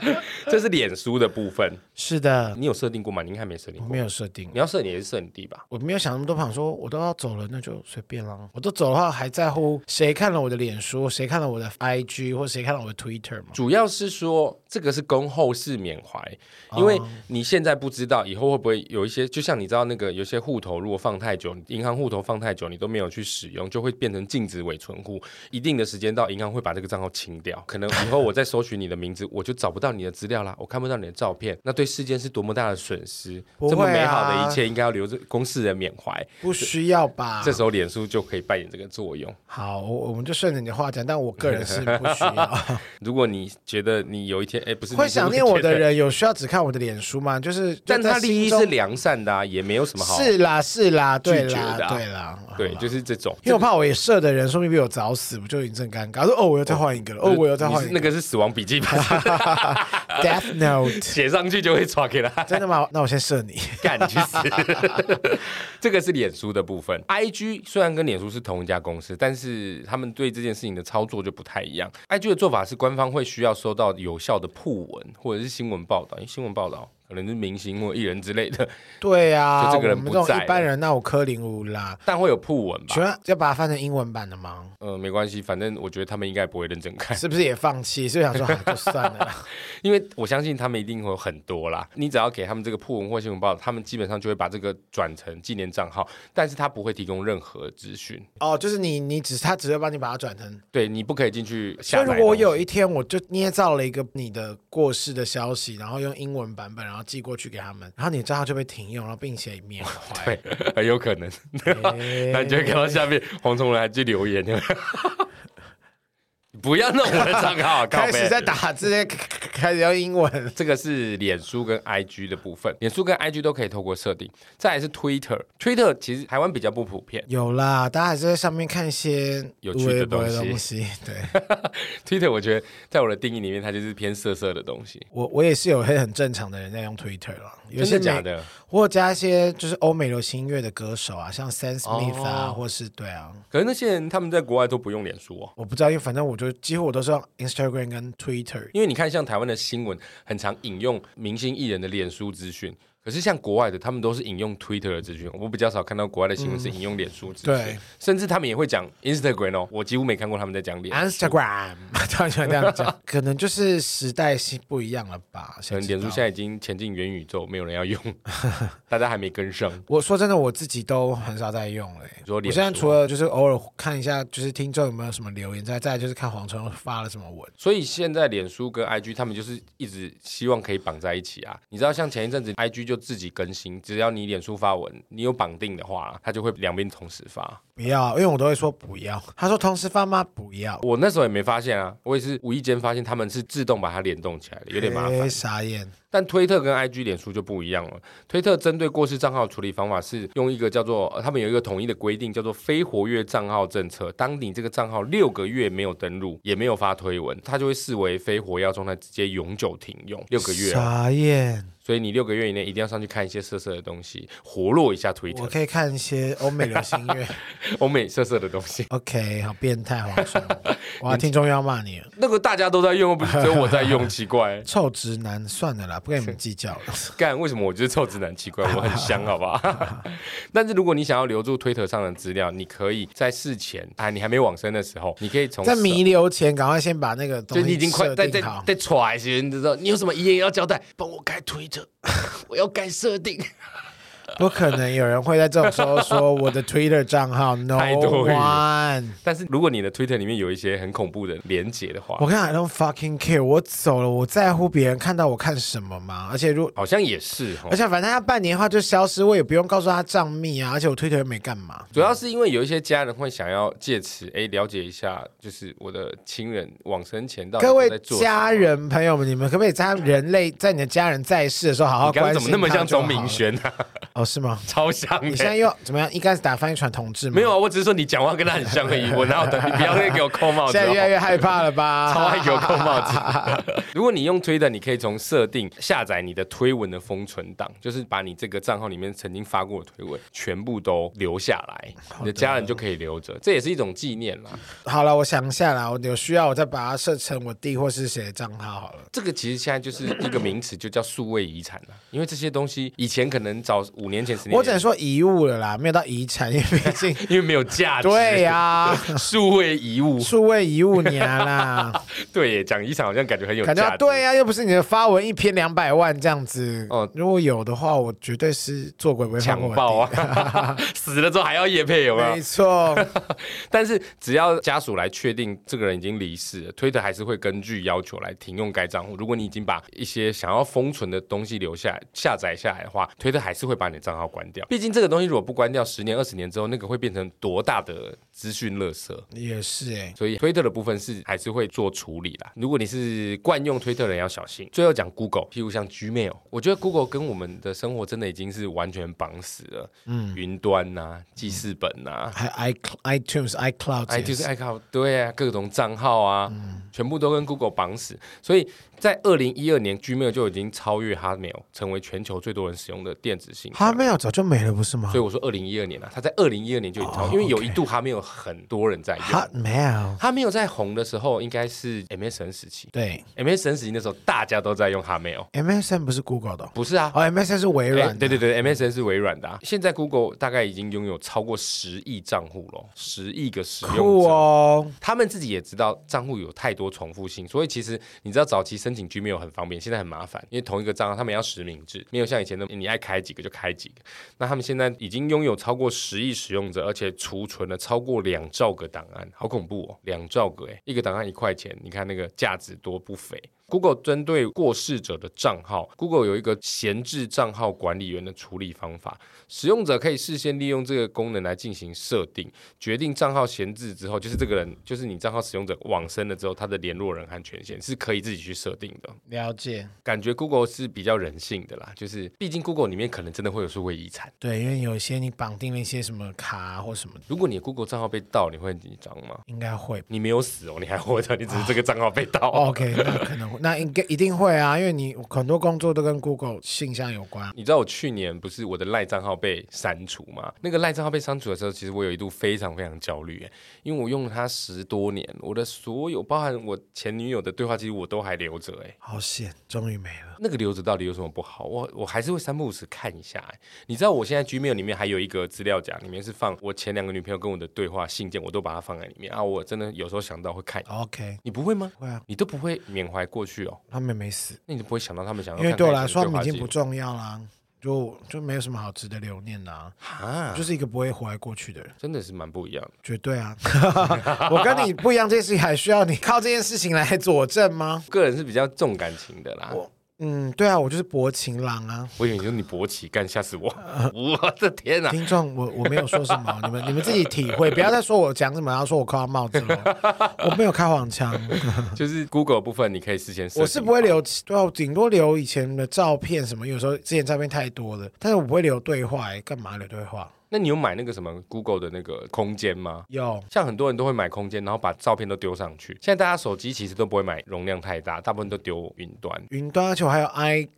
[SPEAKER 1] 这是脸书的部分，
[SPEAKER 2] 是的，
[SPEAKER 1] 你有设定过吗？你应该还没设定
[SPEAKER 2] 我
[SPEAKER 1] 过。
[SPEAKER 2] 没有设定。
[SPEAKER 1] 你要设你也是设你弟吧？
[SPEAKER 2] 我没有想那么多，想说我都要走了，那就随便啦。我都走的话，还在乎谁看了我的脸书，谁看了我的 IG，或谁看了我的 Twitter 吗？
[SPEAKER 1] 主要是说这个是供后世缅怀，
[SPEAKER 2] 哦
[SPEAKER 1] 因为你现在不知道以后会不会有一些，就像你知道那个有些户头如果放太久，银行户头放太久你都没有去使用，就会变成禁止伪存户。一定的时间到，银行会把这个账号清掉。可能以后我再搜寻你的名字，我就找不到你的资料啦，我看不到你的照片，那对世间是多么大的损失！
[SPEAKER 2] 不
[SPEAKER 1] 这么
[SPEAKER 2] 会
[SPEAKER 1] 美好的
[SPEAKER 2] 啊
[SPEAKER 1] 一切应该要留着公世人缅怀。
[SPEAKER 2] 不需要吧？
[SPEAKER 1] 这时候脸书就可以扮演这个作用。
[SPEAKER 2] 好，我我们就顺着你的话讲，但我个人是不需要。
[SPEAKER 1] 如果你觉得你有一天，哎，不是
[SPEAKER 2] 会
[SPEAKER 1] 你
[SPEAKER 2] 想念我的，
[SPEAKER 1] 是
[SPEAKER 2] 人有需要只看我的脸书吗？就是，
[SPEAKER 1] 但
[SPEAKER 2] 就在
[SPEAKER 1] 他利益
[SPEAKER 2] 心中
[SPEAKER 1] 是良善的、啊，也没有什么好。
[SPEAKER 2] 是啦，是啦，对
[SPEAKER 1] 拒绝
[SPEAKER 2] 啦，
[SPEAKER 1] 的啊
[SPEAKER 2] 对啦，。
[SPEAKER 1] 对，就是是这种。
[SPEAKER 2] 因为我怕我也设的人，说不定比我早死，我就已经正尴尬。说哦，我又再换一个了，哦，我又再
[SPEAKER 1] 你
[SPEAKER 2] 换
[SPEAKER 1] 是
[SPEAKER 2] 一
[SPEAKER 1] 那
[SPEAKER 2] 个
[SPEAKER 1] 个是死亡笔记本，
[SPEAKER 2] Death Note，
[SPEAKER 1] 写上去就会传给他。
[SPEAKER 2] 真的吗？那我先设你。
[SPEAKER 1] 干你去死！ 这个是脸书的部分。IG 虽然跟脸书是同一家公司，但是他们对这件事情的操作就不太一样。IG 的做法是官方会需要收到有效的铺文或者是新闻报道，因为新闻报道可可能是明星或艺人之类的，
[SPEAKER 2] 对呀、啊，
[SPEAKER 1] 就这个人
[SPEAKER 2] 我们
[SPEAKER 1] 不
[SPEAKER 2] 这种
[SPEAKER 1] 在
[SPEAKER 2] 一般人，那我柯林无啦。
[SPEAKER 1] 但会有铺文吧
[SPEAKER 2] 请？问要把它翻成英文版的吗？
[SPEAKER 1] 呃，没关系，反正我觉得他们应该也不会认真看，
[SPEAKER 2] 是不是也放弃？是不是想说、啊、就算了 啦？
[SPEAKER 1] 因为我相信他们一定会有很多啦。你只要给他们这个铺文或新闻报，他们基本上就会把这个转成纪念账号，但是他不会提供任何资讯，
[SPEAKER 2] 哦，就是你，你只他只会帮你把它转成。
[SPEAKER 1] 对你不可以进去
[SPEAKER 2] 所
[SPEAKER 1] 下
[SPEAKER 2] 以
[SPEAKER 1] 载
[SPEAKER 2] 如
[SPEAKER 1] 东西。
[SPEAKER 2] 果我有一天我就捏造了一个你的过世的消息，然后用英文版本，然后寄过去给他们，然后你的账号就被停用，然后并且 缅怀。
[SPEAKER 1] 对，很有可能。
[SPEAKER 2] 哎
[SPEAKER 1] 那你就会看到下面黄崇仁还去留言， 不要弄我的账 号，靠
[SPEAKER 2] 开
[SPEAKER 1] 背
[SPEAKER 2] 始。在打字，开始用英文。
[SPEAKER 1] 这个是脸书跟 IG 的部分，脸书跟 IG 都可以透过设定。再来是 Twitter，Twitter 其实台湾比较不普遍
[SPEAKER 2] 有啦，大家还是在上面看一些
[SPEAKER 1] 有趣的
[SPEAKER 2] 微博
[SPEAKER 1] 东西
[SPEAKER 2] 东西。对
[SPEAKER 1] ，Twitter 我觉得在我的定义里面，它就是偏色色的东西。
[SPEAKER 2] 我，我也是有很很正常的人在用 Twitter 了，有
[SPEAKER 1] 真
[SPEAKER 2] 些
[SPEAKER 1] 的假
[SPEAKER 2] 美？
[SPEAKER 1] 的？
[SPEAKER 2] 我有加一些就是欧美流行音乐的歌手啊，像 Sam Smith 啊，
[SPEAKER 1] 哦
[SPEAKER 2] 或是对啊，
[SPEAKER 1] 可是那些人他们在国外都不用脸书哦，
[SPEAKER 2] 我不知道，因为反正我就几乎我都是用 Instagram 跟 Twitter。
[SPEAKER 1] 因为你看像台湾的新闻，很常引用明星艺人的脸书资讯。可是像国外的，他们都是引用 Twitter 的资讯，我比较少看到国外的新闻是引用脸书资讯，
[SPEAKER 2] 嗯对
[SPEAKER 1] 甚至他们也会讲 Instagram 哦，我几乎没看过他们在讲脸
[SPEAKER 2] 啊
[SPEAKER 1] 书
[SPEAKER 2] Instagram，突然喜欢这样讲， 可能就是时代性不一样了吧。
[SPEAKER 1] 可
[SPEAKER 2] 谁
[SPEAKER 1] 能
[SPEAKER 2] 知
[SPEAKER 1] 脸书
[SPEAKER 2] 道
[SPEAKER 1] 现在已经前进元宇宙，没有人要 用，大家还没跟上。
[SPEAKER 2] 我说真的，我自己都很少在用了欸。
[SPEAKER 1] 说脸
[SPEAKER 2] 我
[SPEAKER 1] 书
[SPEAKER 2] 现
[SPEAKER 1] 啊
[SPEAKER 2] 在除了就是偶尔看一下，就是听众有没有什么留言，再再来就是看黄春发了什么文。
[SPEAKER 1] 所以现在脸书跟 IG 他们就是一直希望可以绑在一起啊。你知道，像前一阵子 IG 就自己更新，只要你脸书发文，你有绑定的话，它就会两边同时发。
[SPEAKER 2] 不要，因为我都会说不要。他说同时发吗？不要，
[SPEAKER 1] 我那时候也没发现啊，我也是无意间发现他们是自动把它联动起来的， 有点麻
[SPEAKER 2] 欸
[SPEAKER 1] 烦。
[SPEAKER 2] 傻眼。
[SPEAKER 1] 但推特跟 IG、脸书就不一样了。推特针对过世账号处理方法是用一个叫做呃他们有一个统一的规定，叫做非活跃账号政策。当你这个账号六个月没有登录，也没有发推文，它就会视为非活跃状态，直接永久停用六个月哦、
[SPEAKER 2] 傻眼。
[SPEAKER 1] 所以你六个月以内一定要上去看一些色色的东西，活络一下推
[SPEAKER 2] 我
[SPEAKER 1] 特，
[SPEAKER 2] 可以看一些欧美流 行乐。
[SPEAKER 1] 欧美色色的东西。
[SPEAKER 2] OK，好变态，黄春。哇，听众又要骂你了，
[SPEAKER 1] 那个大家都在用，又不是只有我在 用，奇怪。
[SPEAKER 2] 臭直男，算了啦，不跟你们计较了。
[SPEAKER 1] 干，为什么我就是臭直男？奇怪，我很 香，好不好？ 但是如果你想要留住推特上的资料，你可以在事前啊，你还没往生的时候，你可以从
[SPEAKER 2] 在
[SPEAKER 1] 手
[SPEAKER 2] 弥留前，赶快先把那个东
[SPEAKER 1] 啊就
[SPEAKER 2] 西
[SPEAKER 1] 你已经快
[SPEAKER 2] 设
[SPEAKER 1] 在
[SPEAKER 2] 定
[SPEAKER 1] 在
[SPEAKER 2] 好
[SPEAKER 1] 在喘时，你知道你有什么遗言要交代？帮我改推 特，我要改设定。
[SPEAKER 2] 不可能有人会在这种时候说我的 Twitter 账号 No
[SPEAKER 1] 太多余了
[SPEAKER 2] one。
[SPEAKER 1] 但是如果你的推特里面有一些很恐怖的连结的话
[SPEAKER 2] 我，看 I don't fucking care，我走了，我在乎别人看到我看什么吗？而且如
[SPEAKER 1] 好像也是哦
[SPEAKER 2] 而。且反正他半年后就消失，我也不用告诉他账密啊，而且我 Twitter 又没干嘛。
[SPEAKER 1] 主要是因为有一些家人会想要借此哎了解一下，就是我的亲人往生前到底
[SPEAKER 2] 各位
[SPEAKER 1] 都在做什么
[SPEAKER 2] 家人朋友们，你们可不可以在人类在你的家人在世的时候好好
[SPEAKER 1] 你刚
[SPEAKER 2] 关
[SPEAKER 1] 刚
[SPEAKER 2] 心
[SPEAKER 1] 怎么那么
[SPEAKER 2] 他
[SPEAKER 1] 像
[SPEAKER 2] 就好
[SPEAKER 1] 钟明
[SPEAKER 2] 了？
[SPEAKER 1] 轩啊？
[SPEAKER 2] 哦，是吗？
[SPEAKER 1] 超像的。
[SPEAKER 2] 你现在又怎么样？一竿子打翻一船同志吗？
[SPEAKER 1] 没有，啊，我只是说你讲话跟他很像而已。我哪有的？你不要再给我扣帽子
[SPEAKER 2] 现在越来
[SPEAKER 1] 哦。
[SPEAKER 2] 越害怕了 吧？
[SPEAKER 1] 超爱给我扣帽子。 如果你用推的，你可以从设定下载你的推文的封存档，就是把你这个账号里面曾经发过的推文全部都留下来，你的家人就可以留着，这也是一种纪念啦。
[SPEAKER 2] 好了，我想一下啦，我有需要我再把它设成我弟或是谁的账号好了。
[SPEAKER 1] 这个其实现在就是一个名词，就叫数位遗产了。因为这些东西以前可能早五年前、十年前，
[SPEAKER 2] 我只能说遗物了啦，没有到遗产，因为毕 竟
[SPEAKER 1] 因为没有价值。
[SPEAKER 2] 对呀、
[SPEAKER 1] 数位遗物，
[SPEAKER 2] 数位遗物年啦，
[SPEAKER 1] 对耶，讲遗产好像感觉 很有价值。
[SPEAKER 2] 感觉对呀、啊又不是你的发文一篇两百万这样子。
[SPEAKER 1] 哦
[SPEAKER 2] 如果有的话，我绝对是做鬼不会放
[SPEAKER 1] 强
[SPEAKER 2] 过我
[SPEAKER 1] 暴
[SPEAKER 2] 弟。
[SPEAKER 1] 啊！ 死了之后还要夜配有没有
[SPEAKER 2] 没？错，
[SPEAKER 1] 但是只要家属来确定这个人已经离世了，推特还是会根据要求来停用该账户。如果你已经把一些想要封存的东西留下来、下载下来的话，推特还是会把你的账号关掉。毕竟这个东西如果不关掉，十年、二十年之后，那个会变成多大的资讯垃圾。
[SPEAKER 2] 也是哎、
[SPEAKER 1] 所以推特的部分是还是会做处理啦。如果你是惯用推特的人要小心。最后讲 Google，譬如像 Gmail，我觉得 Google 跟我们的生活真的已经是完全绑死了。嗯，云端呐、记事本呐、
[SPEAKER 2] 还 i iTunes iCloud
[SPEAKER 1] 哎，
[SPEAKER 2] 也
[SPEAKER 1] 就是是爱靠对啊，各种账号啊，
[SPEAKER 2] 嗯
[SPEAKER 1] 全部都跟 Google 绑死。所以在二零一二年，Gmail 就已经超越 Hotmail，成为全球最多人使用的电子信。响
[SPEAKER 2] 哈。妹尔早就没了，不是吗
[SPEAKER 1] 所以？我说，二零一二年啊，他在二零一二年就已经超，
[SPEAKER 2] 哦
[SPEAKER 1] 因为有
[SPEAKER 2] OK
[SPEAKER 1] 一度他没有很多人在用。
[SPEAKER 2] 哈妹尔，
[SPEAKER 1] 他没有在红的时候，应该是 MSN 时期。
[SPEAKER 2] 对
[SPEAKER 1] MSN 时期那时候大家都在用 Hotmail，
[SPEAKER 2] ，MSN 不是 Google 的哦，
[SPEAKER 1] 不是啊？
[SPEAKER 2] 哦，MSN 是微
[SPEAKER 1] 哎
[SPEAKER 2] 软
[SPEAKER 1] 对
[SPEAKER 2] 的，
[SPEAKER 1] 对对，MSN 是微软的、啊。现在 Google 大概已经拥有超过十亿账户了，十亿个使用
[SPEAKER 2] 酷
[SPEAKER 1] 者。
[SPEAKER 2] 哦，
[SPEAKER 1] 他们自己也知道账户有太多重复性，所以其实你知道早期申请 Gmail 很方便，现在很麻烦，因为同一个账号他们要实名制，没有像以前那么你爱开几个就开几个。那他们现在已经拥有超过十亿使用者，而且储存了超过两兆个档案，好恐怖哦！两兆个诶，一个档案一块钱，你看那个价值多不菲。Google 针对过世者的账号，Google 有一个闲置账号管理员的处理方法，使用者可以事先利用这个功能来进行设定，决定账号闲置之后，就是这个人，就是你账号使用者往生了之后，他的联络人和权限是可以自己去设定的。
[SPEAKER 2] 了解，
[SPEAKER 1] 感觉 Google 是比较人性的啦，就是毕竟 Google 里面可能真的会有数位遗产。
[SPEAKER 2] 对，因为有一些你绑定了一些什么卡啊或什么的，
[SPEAKER 1] 如果你的 Google 账号被盗，你会很紧张吗？
[SPEAKER 2] 应该会。
[SPEAKER 1] 你没有死哦，你还活着，你只是这个账号被盗。
[SPEAKER 2] OK，那可能会，那应该一定会啊，因为你很多工作都跟 Google 信箱有关。
[SPEAKER 1] 你知道我去年不是我的赖账号被删除吗？那个赖账号被删除的时候，其实我有一度非常非常焦虑，欸因为我用了它十多年，我的所有包含我前女友的对话记录我都还留着，哎，
[SPEAKER 2] 好险，终于没了。
[SPEAKER 1] 那个留着到底有什么不好？我我还是会三不五时看一下、欸。你知道我现在 Gmail 里面还有一个资料夹，里面是放我前两个女朋友跟我的对话信件，我都把它放在里面啊。我真的有时候想到会看，
[SPEAKER 2] OK，
[SPEAKER 1] 你不会吗？
[SPEAKER 2] 会啊，
[SPEAKER 1] 你都不会缅怀过去哦，
[SPEAKER 2] 他们也没死，
[SPEAKER 1] 那你就不会想到他们想要
[SPEAKER 2] 因为
[SPEAKER 1] 看
[SPEAKER 2] 对我
[SPEAKER 1] 哦看
[SPEAKER 2] 来
[SPEAKER 1] 什
[SPEAKER 2] 说
[SPEAKER 1] 么
[SPEAKER 2] 他们已
[SPEAKER 1] 对话
[SPEAKER 2] 经不
[SPEAKER 1] 记
[SPEAKER 2] 重要啦，就就没有什么好值得留念的啊，
[SPEAKER 1] 录啊，
[SPEAKER 2] 就是一个不会活来过去的人，
[SPEAKER 1] 真的是蛮不一样的。
[SPEAKER 2] 绝 对啊。我跟你不一样，这件事情还需要你靠这件事情来佐证吗？
[SPEAKER 1] 个人是比较重感情的啦。我
[SPEAKER 2] 我嗯，对啊，我就是薄情郎啊。
[SPEAKER 1] 以为你说你勃起，干吓死我！ 我的天 啊哪、
[SPEAKER 2] 听众，我我没有说什么， 你们你们自己体会，不要再说我讲什么，然后说我扣他帽子了， 我没有开 黄腔，
[SPEAKER 1] 就是 Google 部分，你可以事先设定
[SPEAKER 2] 我是不会留，对啊，我顶多留以前的照片什么，有时候之前照片太多了，但是我不会留对话、欸，干嘛留对话？
[SPEAKER 1] 那你有买那个什么 Google 的那个空间吗？
[SPEAKER 2] 有
[SPEAKER 1] 像很多人都会买空间，然后把照片都丢上去。现在大家手机其实都不会买容量太大，大部分都丢云端。
[SPEAKER 2] 云端，而且我还有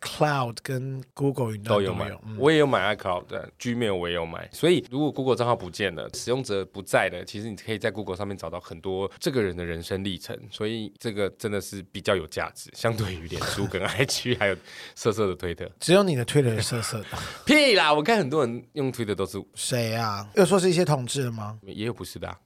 [SPEAKER 2] iCloud 跟 Google 云端
[SPEAKER 1] 都
[SPEAKER 2] 都
[SPEAKER 1] 有买，
[SPEAKER 2] 有嗯，
[SPEAKER 1] 我也有买 iCloud 的 Gmail，我也有买。所以如果 Google 账号不见了，使用者不在了，其实你可以在 Google 上面找到很多这个人的人生历程。所以这个真的是比较有价值，相对于脸书跟 IG 还有 色色的推特。
[SPEAKER 2] 只有你的 Twitter 是色 色的，
[SPEAKER 1] 屁啦！我看很多人用推的都是，
[SPEAKER 2] 谁啊？又说是一些同志的吗、
[SPEAKER 1] 也有不是的啊、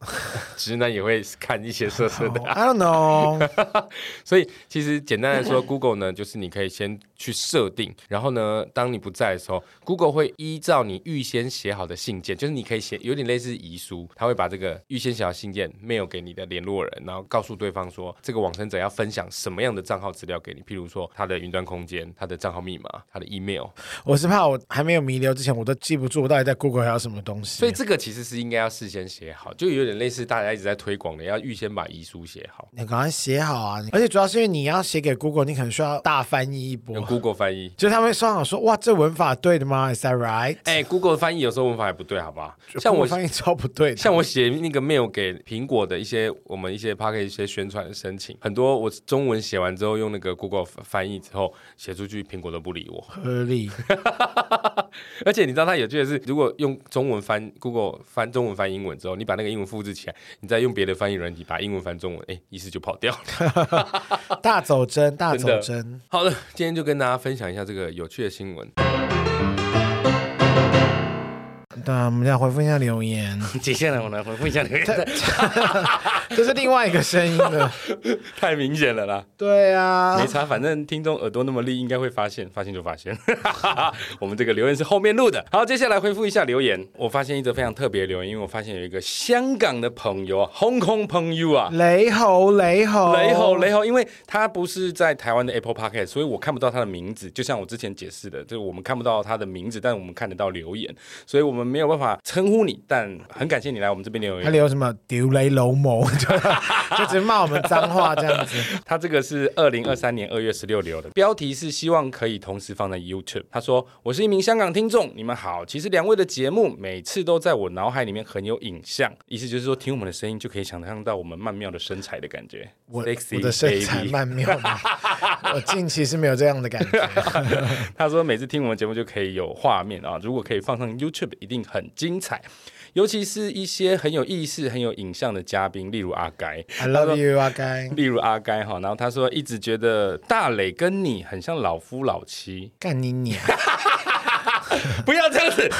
[SPEAKER 1] 直男也会看一些色色
[SPEAKER 2] Oh,
[SPEAKER 1] 的。
[SPEAKER 2] i don't know，
[SPEAKER 1] 所以其实简单来 说，Google 呢，就是你可以先去设定，然后呢，当你不在的时候，Google 会依照你预先写好的信件，就是你可以写有点类似遗书，它会把这个预先写好的信件 mail 给你的联络人，然后告诉对方说，这个往生者要分享什么样的账号资料给你，譬如说他的云端空间、他的账号密码、他的 email。
[SPEAKER 2] 我是怕我还没有弥留之前，我都记不住我到底在 Google 还有什么东西。
[SPEAKER 1] 所以这个其实是应该要事先写好，就有点类似大家一直在推广的，要预先把遗书写好，
[SPEAKER 2] 你赶快写好啊！而且主要是因为你要写给 Google，你可能需要大翻译一波
[SPEAKER 1] 用，Google 翻译。
[SPEAKER 2] 就是他们会说好说，哇，这文法对的吗？Is that right？
[SPEAKER 1] 哎、g o o g l e 翻译有时候文法还不对，好不好？ 像我
[SPEAKER 2] 翻译超不对的，
[SPEAKER 1] 像我写那个 mail 给苹果的一些我们一些 p a c k 一些宣传的申请，很多我中文写完之后用那个 Google 翻译之后写出去，苹果都不理我。
[SPEAKER 2] 合理。
[SPEAKER 1] 而且你知道他有趣的是，如果用中文翻 Google 翻中文翻英文之后，你把那个英文复制起来，你再用别的翻译软体把英文翻中文，哎、意思就跑掉了。
[SPEAKER 2] 大走针，大 走
[SPEAKER 1] 真的
[SPEAKER 2] 针，
[SPEAKER 1] 好的，今天就跟大家分享一下这个有趣的 新闻。
[SPEAKER 2] 那啊我们来回复一下 留言，
[SPEAKER 1] 接下来我来回复一下留言，
[SPEAKER 2] 这是另外一个声音 的。
[SPEAKER 1] 太明显了啦，
[SPEAKER 2] 对啊
[SPEAKER 1] 没，差，反正听众耳朵那么利，应该会发现，发现就发现。 我们这个留言是后面录的。好，接下来回复一下留言。我发现一则非常特别的留言，因为我发现有一个香港的朋友啊，Hong Kong 朋友啊。
[SPEAKER 2] 雷猴，雷猴，
[SPEAKER 1] 雷吼雷吼，因为他不是在台湾的 Apple Podcast，所以我看不到他的名字。就像我之前解释的，就是我们看不到他的名字，但我们看得到留言，所以我们没有办法称呼你。但很感谢你来我们这边留言
[SPEAKER 2] 还。留什么丢雷楼某？ 就只骂我们脏话这样子。
[SPEAKER 1] 他这个是二零二三年二月十六留的，标题是希望可以同时放在 YouTube。他说：“我是一名香港听众，你们好。其实两位的节目每次都在我脑海里面很有影像，意思就是说听我们的声音就可以想象到我们曼妙的身材的感觉。
[SPEAKER 2] 我
[SPEAKER 1] Sexy
[SPEAKER 2] 我的身材
[SPEAKER 1] baby
[SPEAKER 2] 曼妙吗？我近期是没有这样的感 觉。
[SPEAKER 1] 他说每次听我们节目就可以有画面啊，如果可以放上 YouTube，一定很精彩。尤其是一些很有意识、很有影像的嘉宾，例如阿该
[SPEAKER 2] I love you，阿该。
[SPEAKER 1] 例如阿该哈。然后他说一直觉得大磊跟你很像老夫老妻，
[SPEAKER 2] 干你娘！
[SPEAKER 1] 不要这样 子，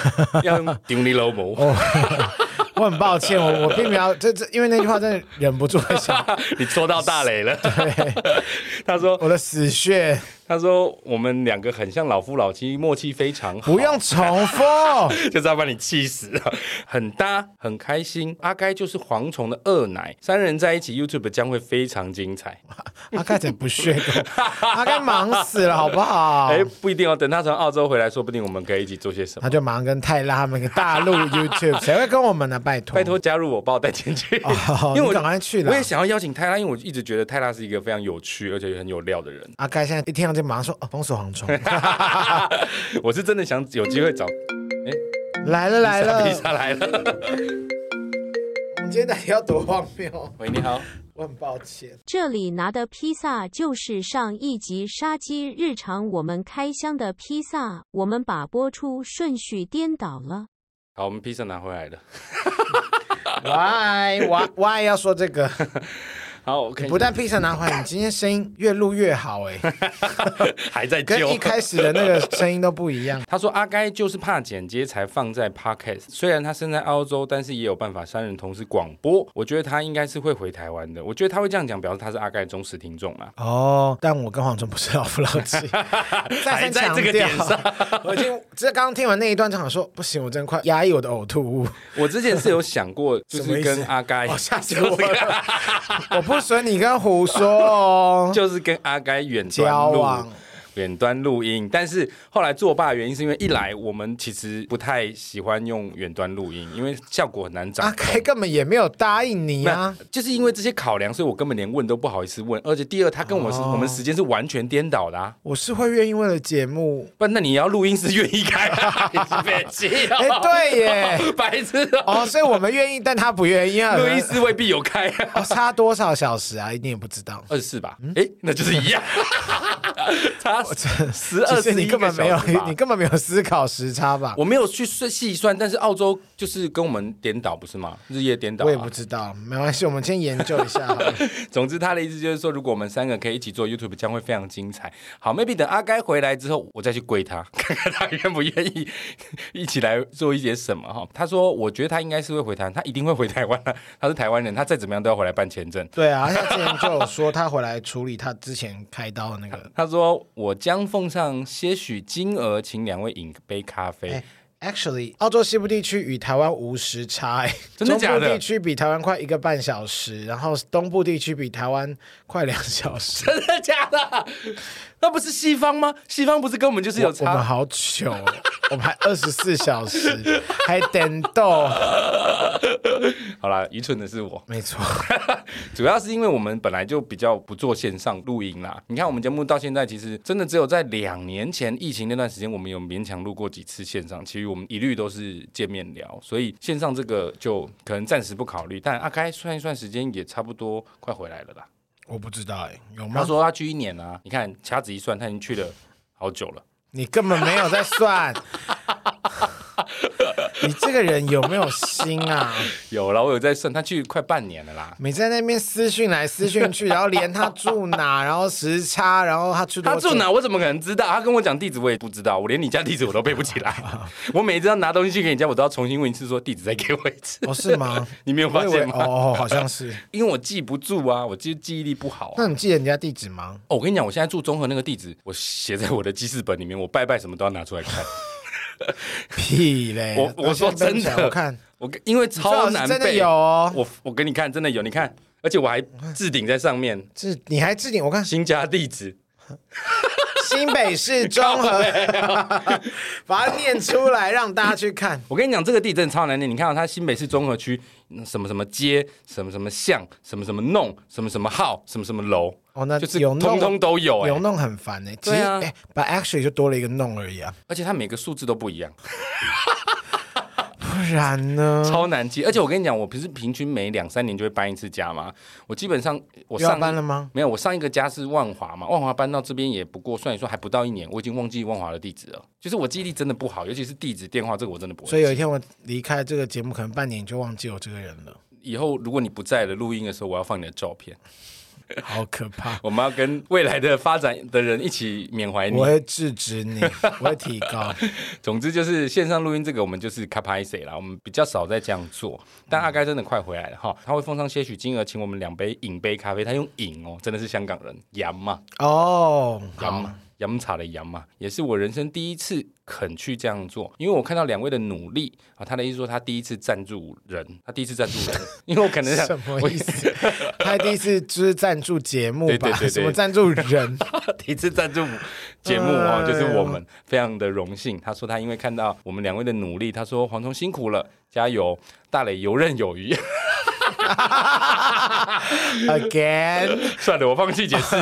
[SPEAKER 1] 要用顶你老母，
[SPEAKER 2] 哦我很抱歉，我我并没有这这，因为那句话真的忍不住会想，
[SPEAKER 1] 你戳到大磊 了。他说
[SPEAKER 2] 我的死穴
[SPEAKER 1] 他说我们两个很像老夫老妻，默契非常好。
[SPEAKER 2] 不用重复。
[SPEAKER 1] 就是要把你气死了，很搭，很开心。阿该就是蝗虫的二奶，三人在一起 YouTube 将会非常精彩。
[SPEAKER 2] 阿该才不屑跟我，阿该忙死了，好不好？
[SPEAKER 1] 哎、不一定哦，等他从澳洲回来，说不定我们可以一起做些什么。
[SPEAKER 2] 他就忙跟泰拉他们一个大陆 YouTube，谁会跟我们呢？拜托，
[SPEAKER 1] 拜托加入我，把我带进去，
[SPEAKER 2] 哦
[SPEAKER 1] 因为
[SPEAKER 2] 你
[SPEAKER 1] 我
[SPEAKER 2] 赶快去啦
[SPEAKER 1] 我也想要邀请泰拉，因为我一直觉得泰拉是一个非常有趣而且很有料的人。
[SPEAKER 2] 阿该现在一听到就马上说：“哦，封锁蝗虫
[SPEAKER 1] 哎我是真的想有机会找
[SPEAKER 2] 来了来 了
[SPEAKER 1] 披！”萨来 了。
[SPEAKER 2] 我们今天到底要多荒谬？
[SPEAKER 1] 喂，你好，
[SPEAKER 2] 我很抱歉。
[SPEAKER 4] 这里拿的披萨就是上一集杀鸡日常我们开箱的披萨，我们把播出顺序颠倒了。
[SPEAKER 1] 好，我们披萨拿回来了。
[SPEAKER 2] Why why why 要说这个？
[SPEAKER 1] 好，我看
[SPEAKER 2] 你
[SPEAKER 1] 一
[SPEAKER 2] 不
[SPEAKER 1] 下
[SPEAKER 2] 但披萨拿回来，你今天声音越录越好哎、
[SPEAKER 1] 还在
[SPEAKER 2] 跟
[SPEAKER 1] 揪，
[SPEAKER 2] 一开始的那个声音都不一样。
[SPEAKER 1] 他说阿该就是怕剪接才放在 podcast，虽然他身在澳洲，但是也有办法三人同时广播。我觉得他应该是会回台湾的，我觉得他会这样讲，表示他是阿该的忠实听众啊啦。
[SPEAKER 2] 哦，但我跟黄忠不是老夫老妻， 再
[SPEAKER 1] 还
[SPEAKER 2] 三
[SPEAKER 1] 在
[SPEAKER 2] 强
[SPEAKER 1] 这个
[SPEAKER 2] 调
[SPEAKER 1] 点上，
[SPEAKER 2] 我已经这刚听完那一段，就想说不行，我真的快压抑我的呕吐物，
[SPEAKER 1] 我之前是有想过，就
[SPEAKER 2] 什么
[SPEAKER 1] 是
[SPEAKER 2] 意思
[SPEAKER 1] 跟阿该，
[SPEAKER 2] 哦吓死
[SPEAKER 1] 就
[SPEAKER 2] 我
[SPEAKER 1] 是跟
[SPEAKER 2] 了，我不准你跟胡说 哦。
[SPEAKER 1] 就是跟阿该远
[SPEAKER 2] 交
[SPEAKER 1] 端录
[SPEAKER 2] 往
[SPEAKER 1] 远端录音，但是后来作罢的原因是因为一来我们其实不太喜欢用远端录音，因为效果很难掌
[SPEAKER 2] 阿
[SPEAKER 1] 控。
[SPEAKER 2] 开根本也没有答应你
[SPEAKER 1] 那
[SPEAKER 2] 啊，
[SPEAKER 1] 就是因为这些考量，所以我根本连问都不好意思问。而且第二，他跟我们是、
[SPEAKER 2] 哦
[SPEAKER 1] 我们时间是完全颠倒的啊。
[SPEAKER 2] 我是会愿意为了节目。
[SPEAKER 1] 不，那你要录音师愿意开 啊？你是白痴哦
[SPEAKER 2] 哎、对耶，
[SPEAKER 1] 白痴哦！
[SPEAKER 2] 哦，所以我们愿意，但他不 愿意啊。
[SPEAKER 1] 录音师未必有开、
[SPEAKER 2] 哦差多少小时啊？你也不知道。
[SPEAKER 1] 二十四吧？
[SPEAKER 2] 嗯
[SPEAKER 1] 哎、那就是一 样，差十二十
[SPEAKER 2] 其实
[SPEAKER 1] 一
[SPEAKER 2] 你根
[SPEAKER 1] 个
[SPEAKER 2] 本没有
[SPEAKER 1] 小时吧，
[SPEAKER 2] 你根本没有思考时差吧？
[SPEAKER 1] 我没有去算细算，但是澳洲就是跟我们颠倒，不是吗？日夜颠倒、啊。
[SPEAKER 2] 我也不知道，没关系，我们先研究一下好了。
[SPEAKER 1] 总之，他的意思就是说，如果我们三个可以一起做 YouTube，将会非常精彩。好，maybe 等阿该回来之后，我再去跪他，看看他愿不愿意一起来做一些什么哈。他说，我觉得他应该是会回台湾，他一定会回台湾的、他是台湾人，他再怎么样都要回来办签证。
[SPEAKER 2] 对啊，他之前就有说他回来处理他之前开刀的那个。
[SPEAKER 1] 他说：“我将奉上些许金额，请两位饮杯咖啡。
[SPEAKER 2] 哎 Actually，澳洲西部地区与台湾无时差、哎
[SPEAKER 1] 真的假的
[SPEAKER 2] 中部地区比台湾快一个半小时，然后东部地区比台湾快两小 时。
[SPEAKER 1] 真的假的？那不是西方吗？西方不是跟我们就是有
[SPEAKER 2] 我们
[SPEAKER 1] 差？
[SPEAKER 2] 好糗哦，我们还二十四小时，还等到，
[SPEAKER 1] 好啦，愚蠢的是我。
[SPEAKER 2] 没错，
[SPEAKER 1] 主要是因为我们本来就比较不做线上录音啦。你看我们节目到现在，其实真的只有在两年前疫情那段时间，我们有勉强录过几次线上，其余我们一律都是见面聊，所以线上这个就可能暂时不考虑。但阿开算一算时间，也差不多快回来了啦。
[SPEAKER 2] 我不知道哎、有
[SPEAKER 1] 他
[SPEAKER 2] 吗？
[SPEAKER 1] 说他去一年啊，你看掐指一算，他已经去了好久了。
[SPEAKER 2] 你根本没有在算， 你这个人有没有心啊？
[SPEAKER 1] 有了，我有在算，他去快半年了啦。
[SPEAKER 2] 每次在那边私讯来私讯去，然后连他住哪，然后时差，然后他住多
[SPEAKER 1] 他
[SPEAKER 2] 久
[SPEAKER 1] 住？哪？我怎么可能知道？他跟我讲地址，我也不知道。我连你家地址我都背不起 来。我每一次要拿东西去给你家，我都要重新问一次，说地址再给我一次。
[SPEAKER 2] 哦，是 吗？
[SPEAKER 1] 你没有
[SPEAKER 2] 我
[SPEAKER 1] 发
[SPEAKER 2] 以为
[SPEAKER 1] 现
[SPEAKER 2] 哦
[SPEAKER 1] 吗？
[SPEAKER 2] 哦，好像是。
[SPEAKER 1] 因为我记不住啊，我记记忆力不好啊、
[SPEAKER 2] 那你记得人家地址吗？
[SPEAKER 1] 哦，我跟你讲，我现在住中和那个地址，我写在我的记事本里面，我拜拜什么都要拿出来 看。
[SPEAKER 2] 屁嘞！
[SPEAKER 1] 我我说真的
[SPEAKER 2] 现在背不起来我看
[SPEAKER 1] 我跟因为超难
[SPEAKER 2] 最好是真的
[SPEAKER 1] 背，
[SPEAKER 2] 有哦
[SPEAKER 1] 我我给你看，真的有，你看，而且我还置顶在上面，
[SPEAKER 2] 这你还置顶，我看
[SPEAKER 1] 新家地址。
[SPEAKER 2] 新北市中和， 把它念出来让大家去看。
[SPEAKER 1] 我跟你讲，这个地震超难念。你看、啊，它新北市中和区嗯什么什么街，什么什么巷，什么什么弄，什么什么号，什么什么楼，
[SPEAKER 2] 哦，那
[SPEAKER 1] 就是
[SPEAKER 2] 有弄
[SPEAKER 1] 通通都有、
[SPEAKER 2] 有
[SPEAKER 1] 哎，
[SPEAKER 2] 弄很烦哎、欸，其实
[SPEAKER 1] 对啊
[SPEAKER 2] 哎，把 actually 就多了一个弄而已啊，
[SPEAKER 1] 而且它每个数字都不一样，
[SPEAKER 2] 不然呢？
[SPEAKER 1] 超难记。而且我跟你讲，我不是平均每两三年就会搬一次家吗？我基本上我
[SPEAKER 2] 又要
[SPEAKER 1] 上
[SPEAKER 2] 搬了吗？
[SPEAKER 1] 没有，我上一个家是万华嘛，万华搬到这边也不过算一算还不到一年，我已经忘记万华的地址了。就是我记忆力真的不好，尤其是地址、电话这个我真的不会记。
[SPEAKER 2] 所以有一天我离开这个节目，可能半年你就忘记我这个人了，
[SPEAKER 1] 以后如果你不在了，录音的时候我要放你的照片，
[SPEAKER 2] 好可怕！
[SPEAKER 1] 我们要跟未来的发展的人一起缅哎怀你
[SPEAKER 2] 我。会制 止你，我会提高。
[SPEAKER 1] 总之就是线上录音这个，我们就是卡拍谁啦，我们比较少在这样做。但阿该真的快回来了哈，他会奉上些许金额请我们两杯饮杯咖啡，他用饮哦，真的是香港人，洋嘛
[SPEAKER 2] 哦，
[SPEAKER 1] 洋
[SPEAKER 2] 好，
[SPEAKER 1] 嘛。洋茶的洋嘛，也是我人生第一次肯去这样做，因为我看到两位的努力啊，他的意思说他第一次赞助人，他第一次赞助人， 因为我可能想
[SPEAKER 2] 什么意思？ 他第一次就是赞助节目
[SPEAKER 1] 对
[SPEAKER 2] 吧
[SPEAKER 1] 对对？对
[SPEAKER 2] 什么赞助 人？
[SPEAKER 1] 第一次赞助节目
[SPEAKER 2] 哎
[SPEAKER 1] 哦，
[SPEAKER 2] 呦
[SPEAKER 1] 就是我们非常的荣幸。他说他因为看到我们两位的努力，他说黄虫辛苦了，加油，大磊游刃有余。
[SPEAKER 2] Again，
[SPEAKER 1] 算了，我放弃解释，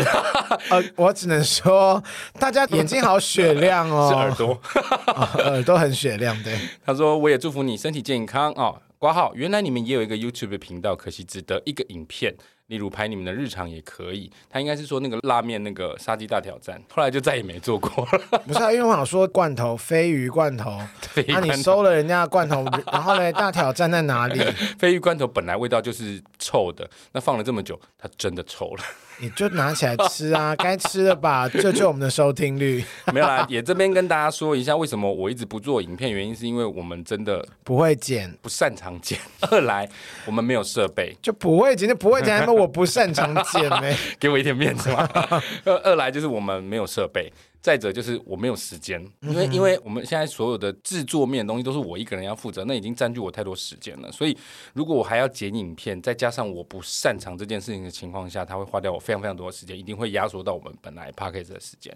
[SPEAKER 2] 呃，我只能说，大家眼睛好雪亮哦，
[SPEAKER 1] 是耳朵。
[SPEAKER 2] 哦 耳朵很雪亮，对，
[SPEAKER 1] 他说我也祝福你身体健康哦。挂号，原来你们也有一个 YouTube 频道，可惜只得一个影片，例如拍你们的日常也可以。他应该是说那个拉面那个杀鸡大挑战，后来就再也没做过了。
[SPEAKER 2] 不是、啊，因为我想说罐头，鲱鱼罐头，
[SPEAKER 1] 鲱鱼
[SPEAKER 2] 那、你
[SPEAKER 1] 罐头
[SPEAKER 2] 收了人家的罐头， 然后呢，大挑战在哪里？
[SPEAKER 1] 鲱鱼罐头本来味道就是臭的，那放了这么久，它真的臭了。
[SPEAKER 2] 你就拿起来吃啊，该吃的吧，救救我们的收听率，
[SPEAKER 1] 没有啦，也这边跟大家说一下，为什么我一直不做影片，原因是因为我们真的
[SPEAKER 2] 不会剪。
[SPEAKER 1] 不擅长剪，二来我们没有设备，
[SPEAKER 2] 就不会剪就不会剪，还说我不擅长剪呢、
[SPEAKER 1] 给我一点面子嘛。二二来就是我们没有设备，再者就是我没有时间，因为因为我们现在所有的制作面的东西都是我一个人要负责，那已经占据我太多时间了。所以如果我还要剪影片，再加上我不擅长这件事情的情况下，它会花掉我非常非常多的时间，一定会压缩到我们本来 p a c k a g e 的时间。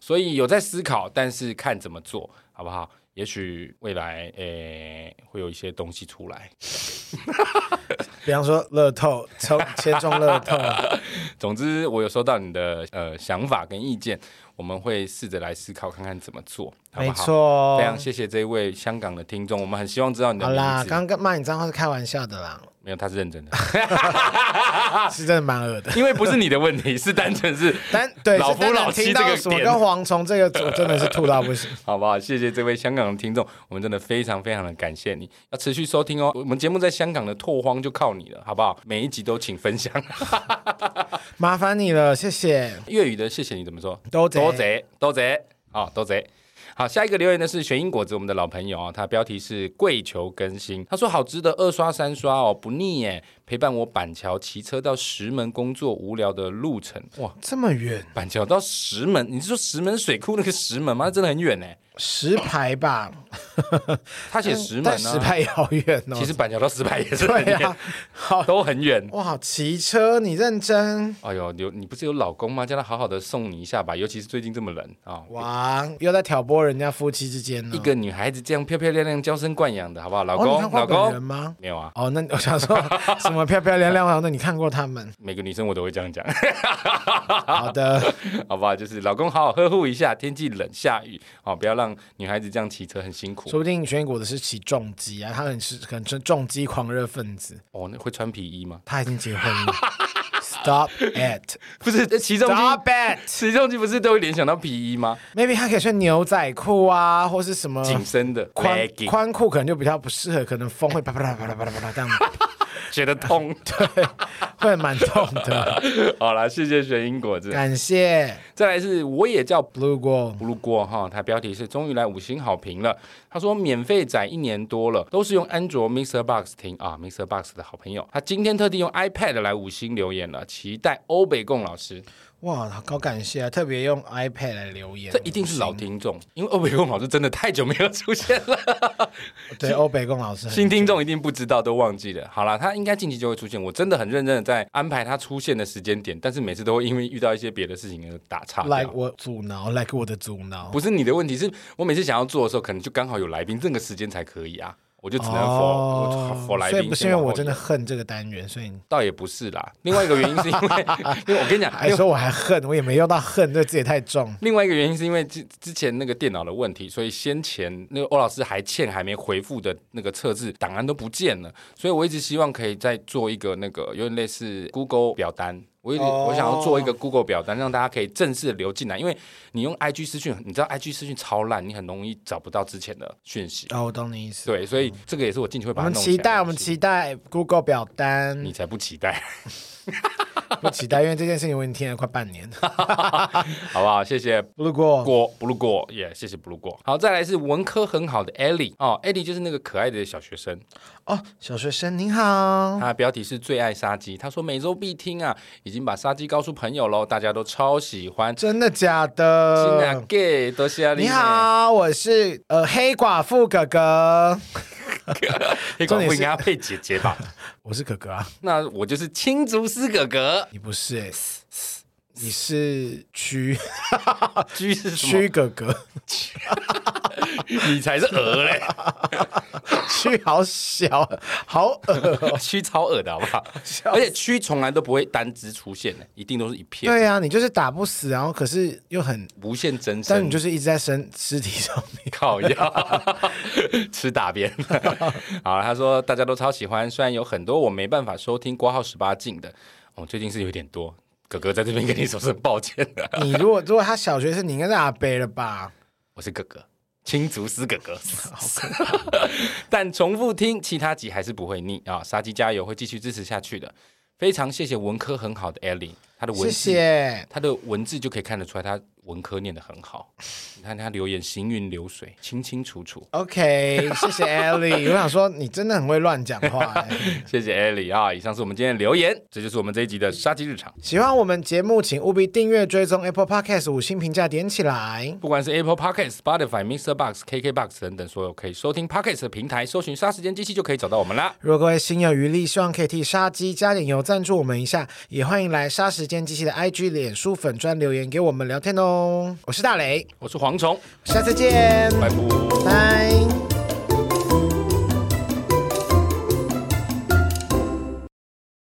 [SPEAKER 1] 所以有在思考，但是看怎么做好不好？也许未来诶、会有一些东西出来。
[SPEAKER 2] 比方说乐透抽切中乐透，
[SPEAKER 1] 总之，我有收到你的呃想法跟意见，我们会试着来思考看看怎么做，好不好？
[SPEAKER 2] 没错哦
[SPEAKER 1] 非常谢谢这一位香港的听众，我们很希望知道你的
[SPEAKER 2] 好
[SPEAKER 1] 名字。
[SPEAKER 2] 啦，刚刚骂你脏话是开玩笑的啦，
[SPEAKER 1] 没有，他是认真的，啊
[SPEAKER 2] 是真的蛮恶的。
[SPEAKER 1] 因为不是你的问题，是单纯是
[SPEAKER 2] 但对，
[SPEAKER 1] 老
[SPEAKER 2] 是但
[SPEAKER 1] 夫老
[SPEAKER 2] 听
[SPEAKER 1] 妻这
[SPEAKER 2] 到
[SPEAKER 1] 个
[SPEAKER 2] 什么
[SPEAKER 1] 点
[SPEAKER 2] 跟蝗虫这个，我真的是吐到不行。
[SPEAKER 1] 好不好？谢谢这位香港的听众，我们真的非常非常的感谢你，要持续收听哦。我们节目在香港的拓荒就靠你了，好不好？每一集都请分享。
[SPEAKER 2] 麻烦你了，谢谢。
[SPEAKER 1] 粤语的谢谢你怎么说？
[SPEAKER 2] 多谢
[SPEAKER 1] 多贼，多贼，好、多贼。好，下一个留言的是玄英果子，我们的老朋友啊，他的标题是跪求更新。他说好值得二刷三刷哦，不腻耶，陪伴我板桥骑车到石门工作无聊的路程。哇，
[SPEAKER 2] 这么远，
[SPEAKER 1] 板桥到石门，你是说石门水库那个石门吗？那真的很远呢。
[SPEAKER 2] 石牌 吧？
[SPEAKER 1] 他写石门
[SPEAKER 2] 但
[SPEAKER 1] 啊，
[SPEAKER 2] 嗯石牌也好远哦。
[SPEAKER 1] 其实板桥到石牌也是很
[SPEAKER 2] 对
[SPEAKER 1] 远，
[SPEAKER 2] 啊，好
[SPEAKER 1] 都很远。
[SPEAKER 2] 哇，骑车你认真
[SPEAKER 1] 哎呦，有你不是有老公吗？叫他好好的送你一下吧，尤其是最近这么冷啊。
[SPEAKER 2] 哇，又在挑拨人家夫妻之间呢。
[SPEAKER 1] 一个女孩子这样漂漂亮亮、娇生惯养的，好不好？老
[SPEAKER 2] 嗯哦，你
[SPEAKER 1] 公，
[SPEAKER 2] 看
[SPEAKER 1] 老
[SPEAKER 2] 过本人
[SPEAKER 1] 公，
[SPEAKER 2] 吗？
[SPEAKER 1] 没有啊。
[SPEAKER 2] 哦，那我 想说什么漂漂亮亮，我想说你看过他们？
[SPEAKER 1] 每个女生我都会这样讲，
[SPEAKER 2] 好的，
[SPEAKER 1] 好不好？就是老公好好呵护一下，天气冷下雨，哦，不要让女孩子这样骑车很辛苦
[SPEAKER 2] 说不定玄果的是起重机啊，他很是可能是重机狂热分子，
[SPEAKER 1] 哦。那会穿皮衣吗？
[SPEAKER 2] 他已经结婚 了。Stop it!
[SPEAKER 1] 不是，骑重机，
[SPEAKER 2] Stop it!
[SPEAKER 1] 骑重机不是都会联想到皮衣吗？
[SPEAKER 2] Maybe 他可以穿牛仔裤啊，或是什么
[SPEAKER 1] 紧身的
[SPEAKER 2] 宽
[SPEAKER 1] legging
[SPEAKER 2] 宽裤，可能就比较不适合，可能风会啪啪啦啪啦啪啦啪啦 这样，
[SPEAKER 1] 觉得痛。
[SPEAKER 2] 对，会蛮痛的。
[SPEAKER 1] 好啦，谢谢玄英果子。
[SPEAKER 2] 感谢
[SPEAKER 1] 再来是，我也叫
[SPEAKER 2] Blue Go，
[SPEAKER 1] 不路过哈，它标题是终于来五星好评了。他说免费载一年多了，都是用安卓 Mixer Box 听啊，Mixer Box 的好朋友，他今天特地用 iPad 来五星留言了，期待欧北贡老师，
[SPEAKER 2] 哇，好感谢啊！特别用 iPad 来留言，
[SPEAKER 1] 这一定是老听众，因为欧北贡老师真的太久没有出现了，
[SPEAKER 2] 对欧北贡老师 很
[SPEAKER 1] 新听众一定不知道，都忘记了。好啦，他应该近期就会出现，我真的很认真的在安排他出现的时间点，但是每次都会因为遇到一些别的事情而打岔掉。
[SPEAKER 2] like 我阻挠，like 我的阻挠
[SPEAKER 1] 不。是你的问题，是我每次想要做的时候，可能就刚好有来宾，这个时间才可以啊。我就只能
[SPEAKER 2] 哦
[SPEAKER 1] for for 来
[SPEAKER 2] 所
[SPEAKER 1] 宾。
[SPEAKER 2] 以不是因为我真的，恨这个单元，所以
[SPEAKER 1] 倒也不是啦。另外一个原因是因为， 因为我跟你讲，
[SPEAKER 2] 还说我还恨，我也没用到恨，这字也太重。
[SPEAKER 1] 另外一个原因是因为之之前那个电脑的问题，所以先前那个欧老师还欠还没回复的那个测字档案都不见了，所以我一直希望可以再做一个那个有点类似 Google 表单。我一直
[SPEAKER 2] 哦
[SPEAKER 1] 我想要做一个 Google 表单，让大家可以正式的流进来，因为你用 IG 私讯，你知道 IG 私讯超烂，你很容易找不到之前的讯息。
[SPEAKER 2] 哦，我懂你意思。
[SPEAKER 1] 对，所以这个也是我进去会
[SPEAKER 2] 嗯我
[SPEAKER 1] 把它
[SPEAKER 2] 们
[SPEAKER 1] 弄
[SPEAKER 2] 期
[SPEAKER 1] 起来的
[SPEAKER 2] 待，
[SPEAKER 1] 东
[SPEAKER 2] 我们
[SPEAKER 1] 西
[SPEAKER 2] 期待 Google 表单
[SPEAKER 1] 你，才不期待，
[SPEAKER 2] 不期待，因为这件事情我已经听了快半年。
[SPEAKER 1] 好不好？谢谢
[SPEAKER 2] 如果
[SPEAKER 1] 过不路过也、谢谢不路过。好，再来是文科很好的 Ellie 哦，Ellie 就是那个可爱的小学生，
[SPEAKER 2] 哦，小学生您好，
[SPEAKER 1] 他的标题是最爱杀鸡，他说每周必听啊，已经把杀鸡告诉朋友喽，大家都超喜欢。
[SPEAKER 2] 真的假
[SPEAKER 1] 新啊
[SPEAKER 2] 的？
[SPEAKER 1] gay 都是
[SPEAKER 2] 呃你，好，我是呃黑寡妇哥哥，
[SPEAKER 1] 黑寡妇应该要配姐姐吧？
[SPEAKER 2] 我是哥哥啊，
[SPEAKER 1] 那我就是青竹丝哥哥，
[SPEAKER 2] 你不是哎、你是 蛆
[SPEAKER 1] 居是什
[SPEAKER 2] 蛆
[SPEAKER 1] 么？
[SPEAKER 2] 哥哥，
[SPEAKER 1] 你才是鹅 嘞，
[SPEAKER 2] 蛆好小，好恶、哦。
[SPEAKER 1] 蛆超鹅的好不好？而且蛆从来都不会单只出现的，一定都是一片，
[SPEAKER 2] 对呀、啊，你就是打不死，然后可是又很，
[SPEAKER 1] 无限增生。
[SPEAKER 2] 但你就是一直在身尸体上面。
[SPEAKER 1] 靠药， 吃大便。 好了，他说大家都超喜欢，虽然有很多我没办法收听挂号十八禁的，哦，最近是有点多。哥哥在这边跟你说声抱歉 的，
[SPEAKER 2] 你如果如果他小学生，你应该是阿伯了吧？
[SPEAKER 1] 我是哥哥，青竹丝哥 哥。 但重复听其他集还是不会腻啊！杀鸡加油，会继续支持下去的。非常谢谢文科很好的 Ellie，他的文
[SPEAKER 2] 谢
[SPEAKER 1] 字
[SPEAKER 2] 谢。
[SPEAKER 1] 他的文字就可以看得出来，他文科念得很好。你看他留言行云流水，清清楚楚。
[SPEAKER 2] OK，谢谢 Ellie。我想说，你真的很会乱讲话、 欸。
[SPEAKER 1] 谢谢艾莉啊！以上是我们今天的留言，这就是我们这一集的杀鸡日常。
[SPEAKER 2] 喜欢我们节目，请务必订阅、追踪 Apple Podcast 五星评价点起来。
[SPEAKER 1] 不管是 Apple Podcast、Spotify、Mr. Box、KK Box 等等所有可以收听 Podcast 的平台，搜寻“杀时间机器”就可以找到我们啦。
[SPEAKER 2] 如果各位心有余力，希望可以替杀鸡加点油赞助我们一下，也欢迎来杀时间机器的 IG、脸书粉专留言给我们聊天哦。我是大雷，
[SPEAKER 1] 我是蝗虫，
[SPEAKER 2] 下次见，
[SPEAKER 1] 拜拜。
[SPEAKER 2] 拜。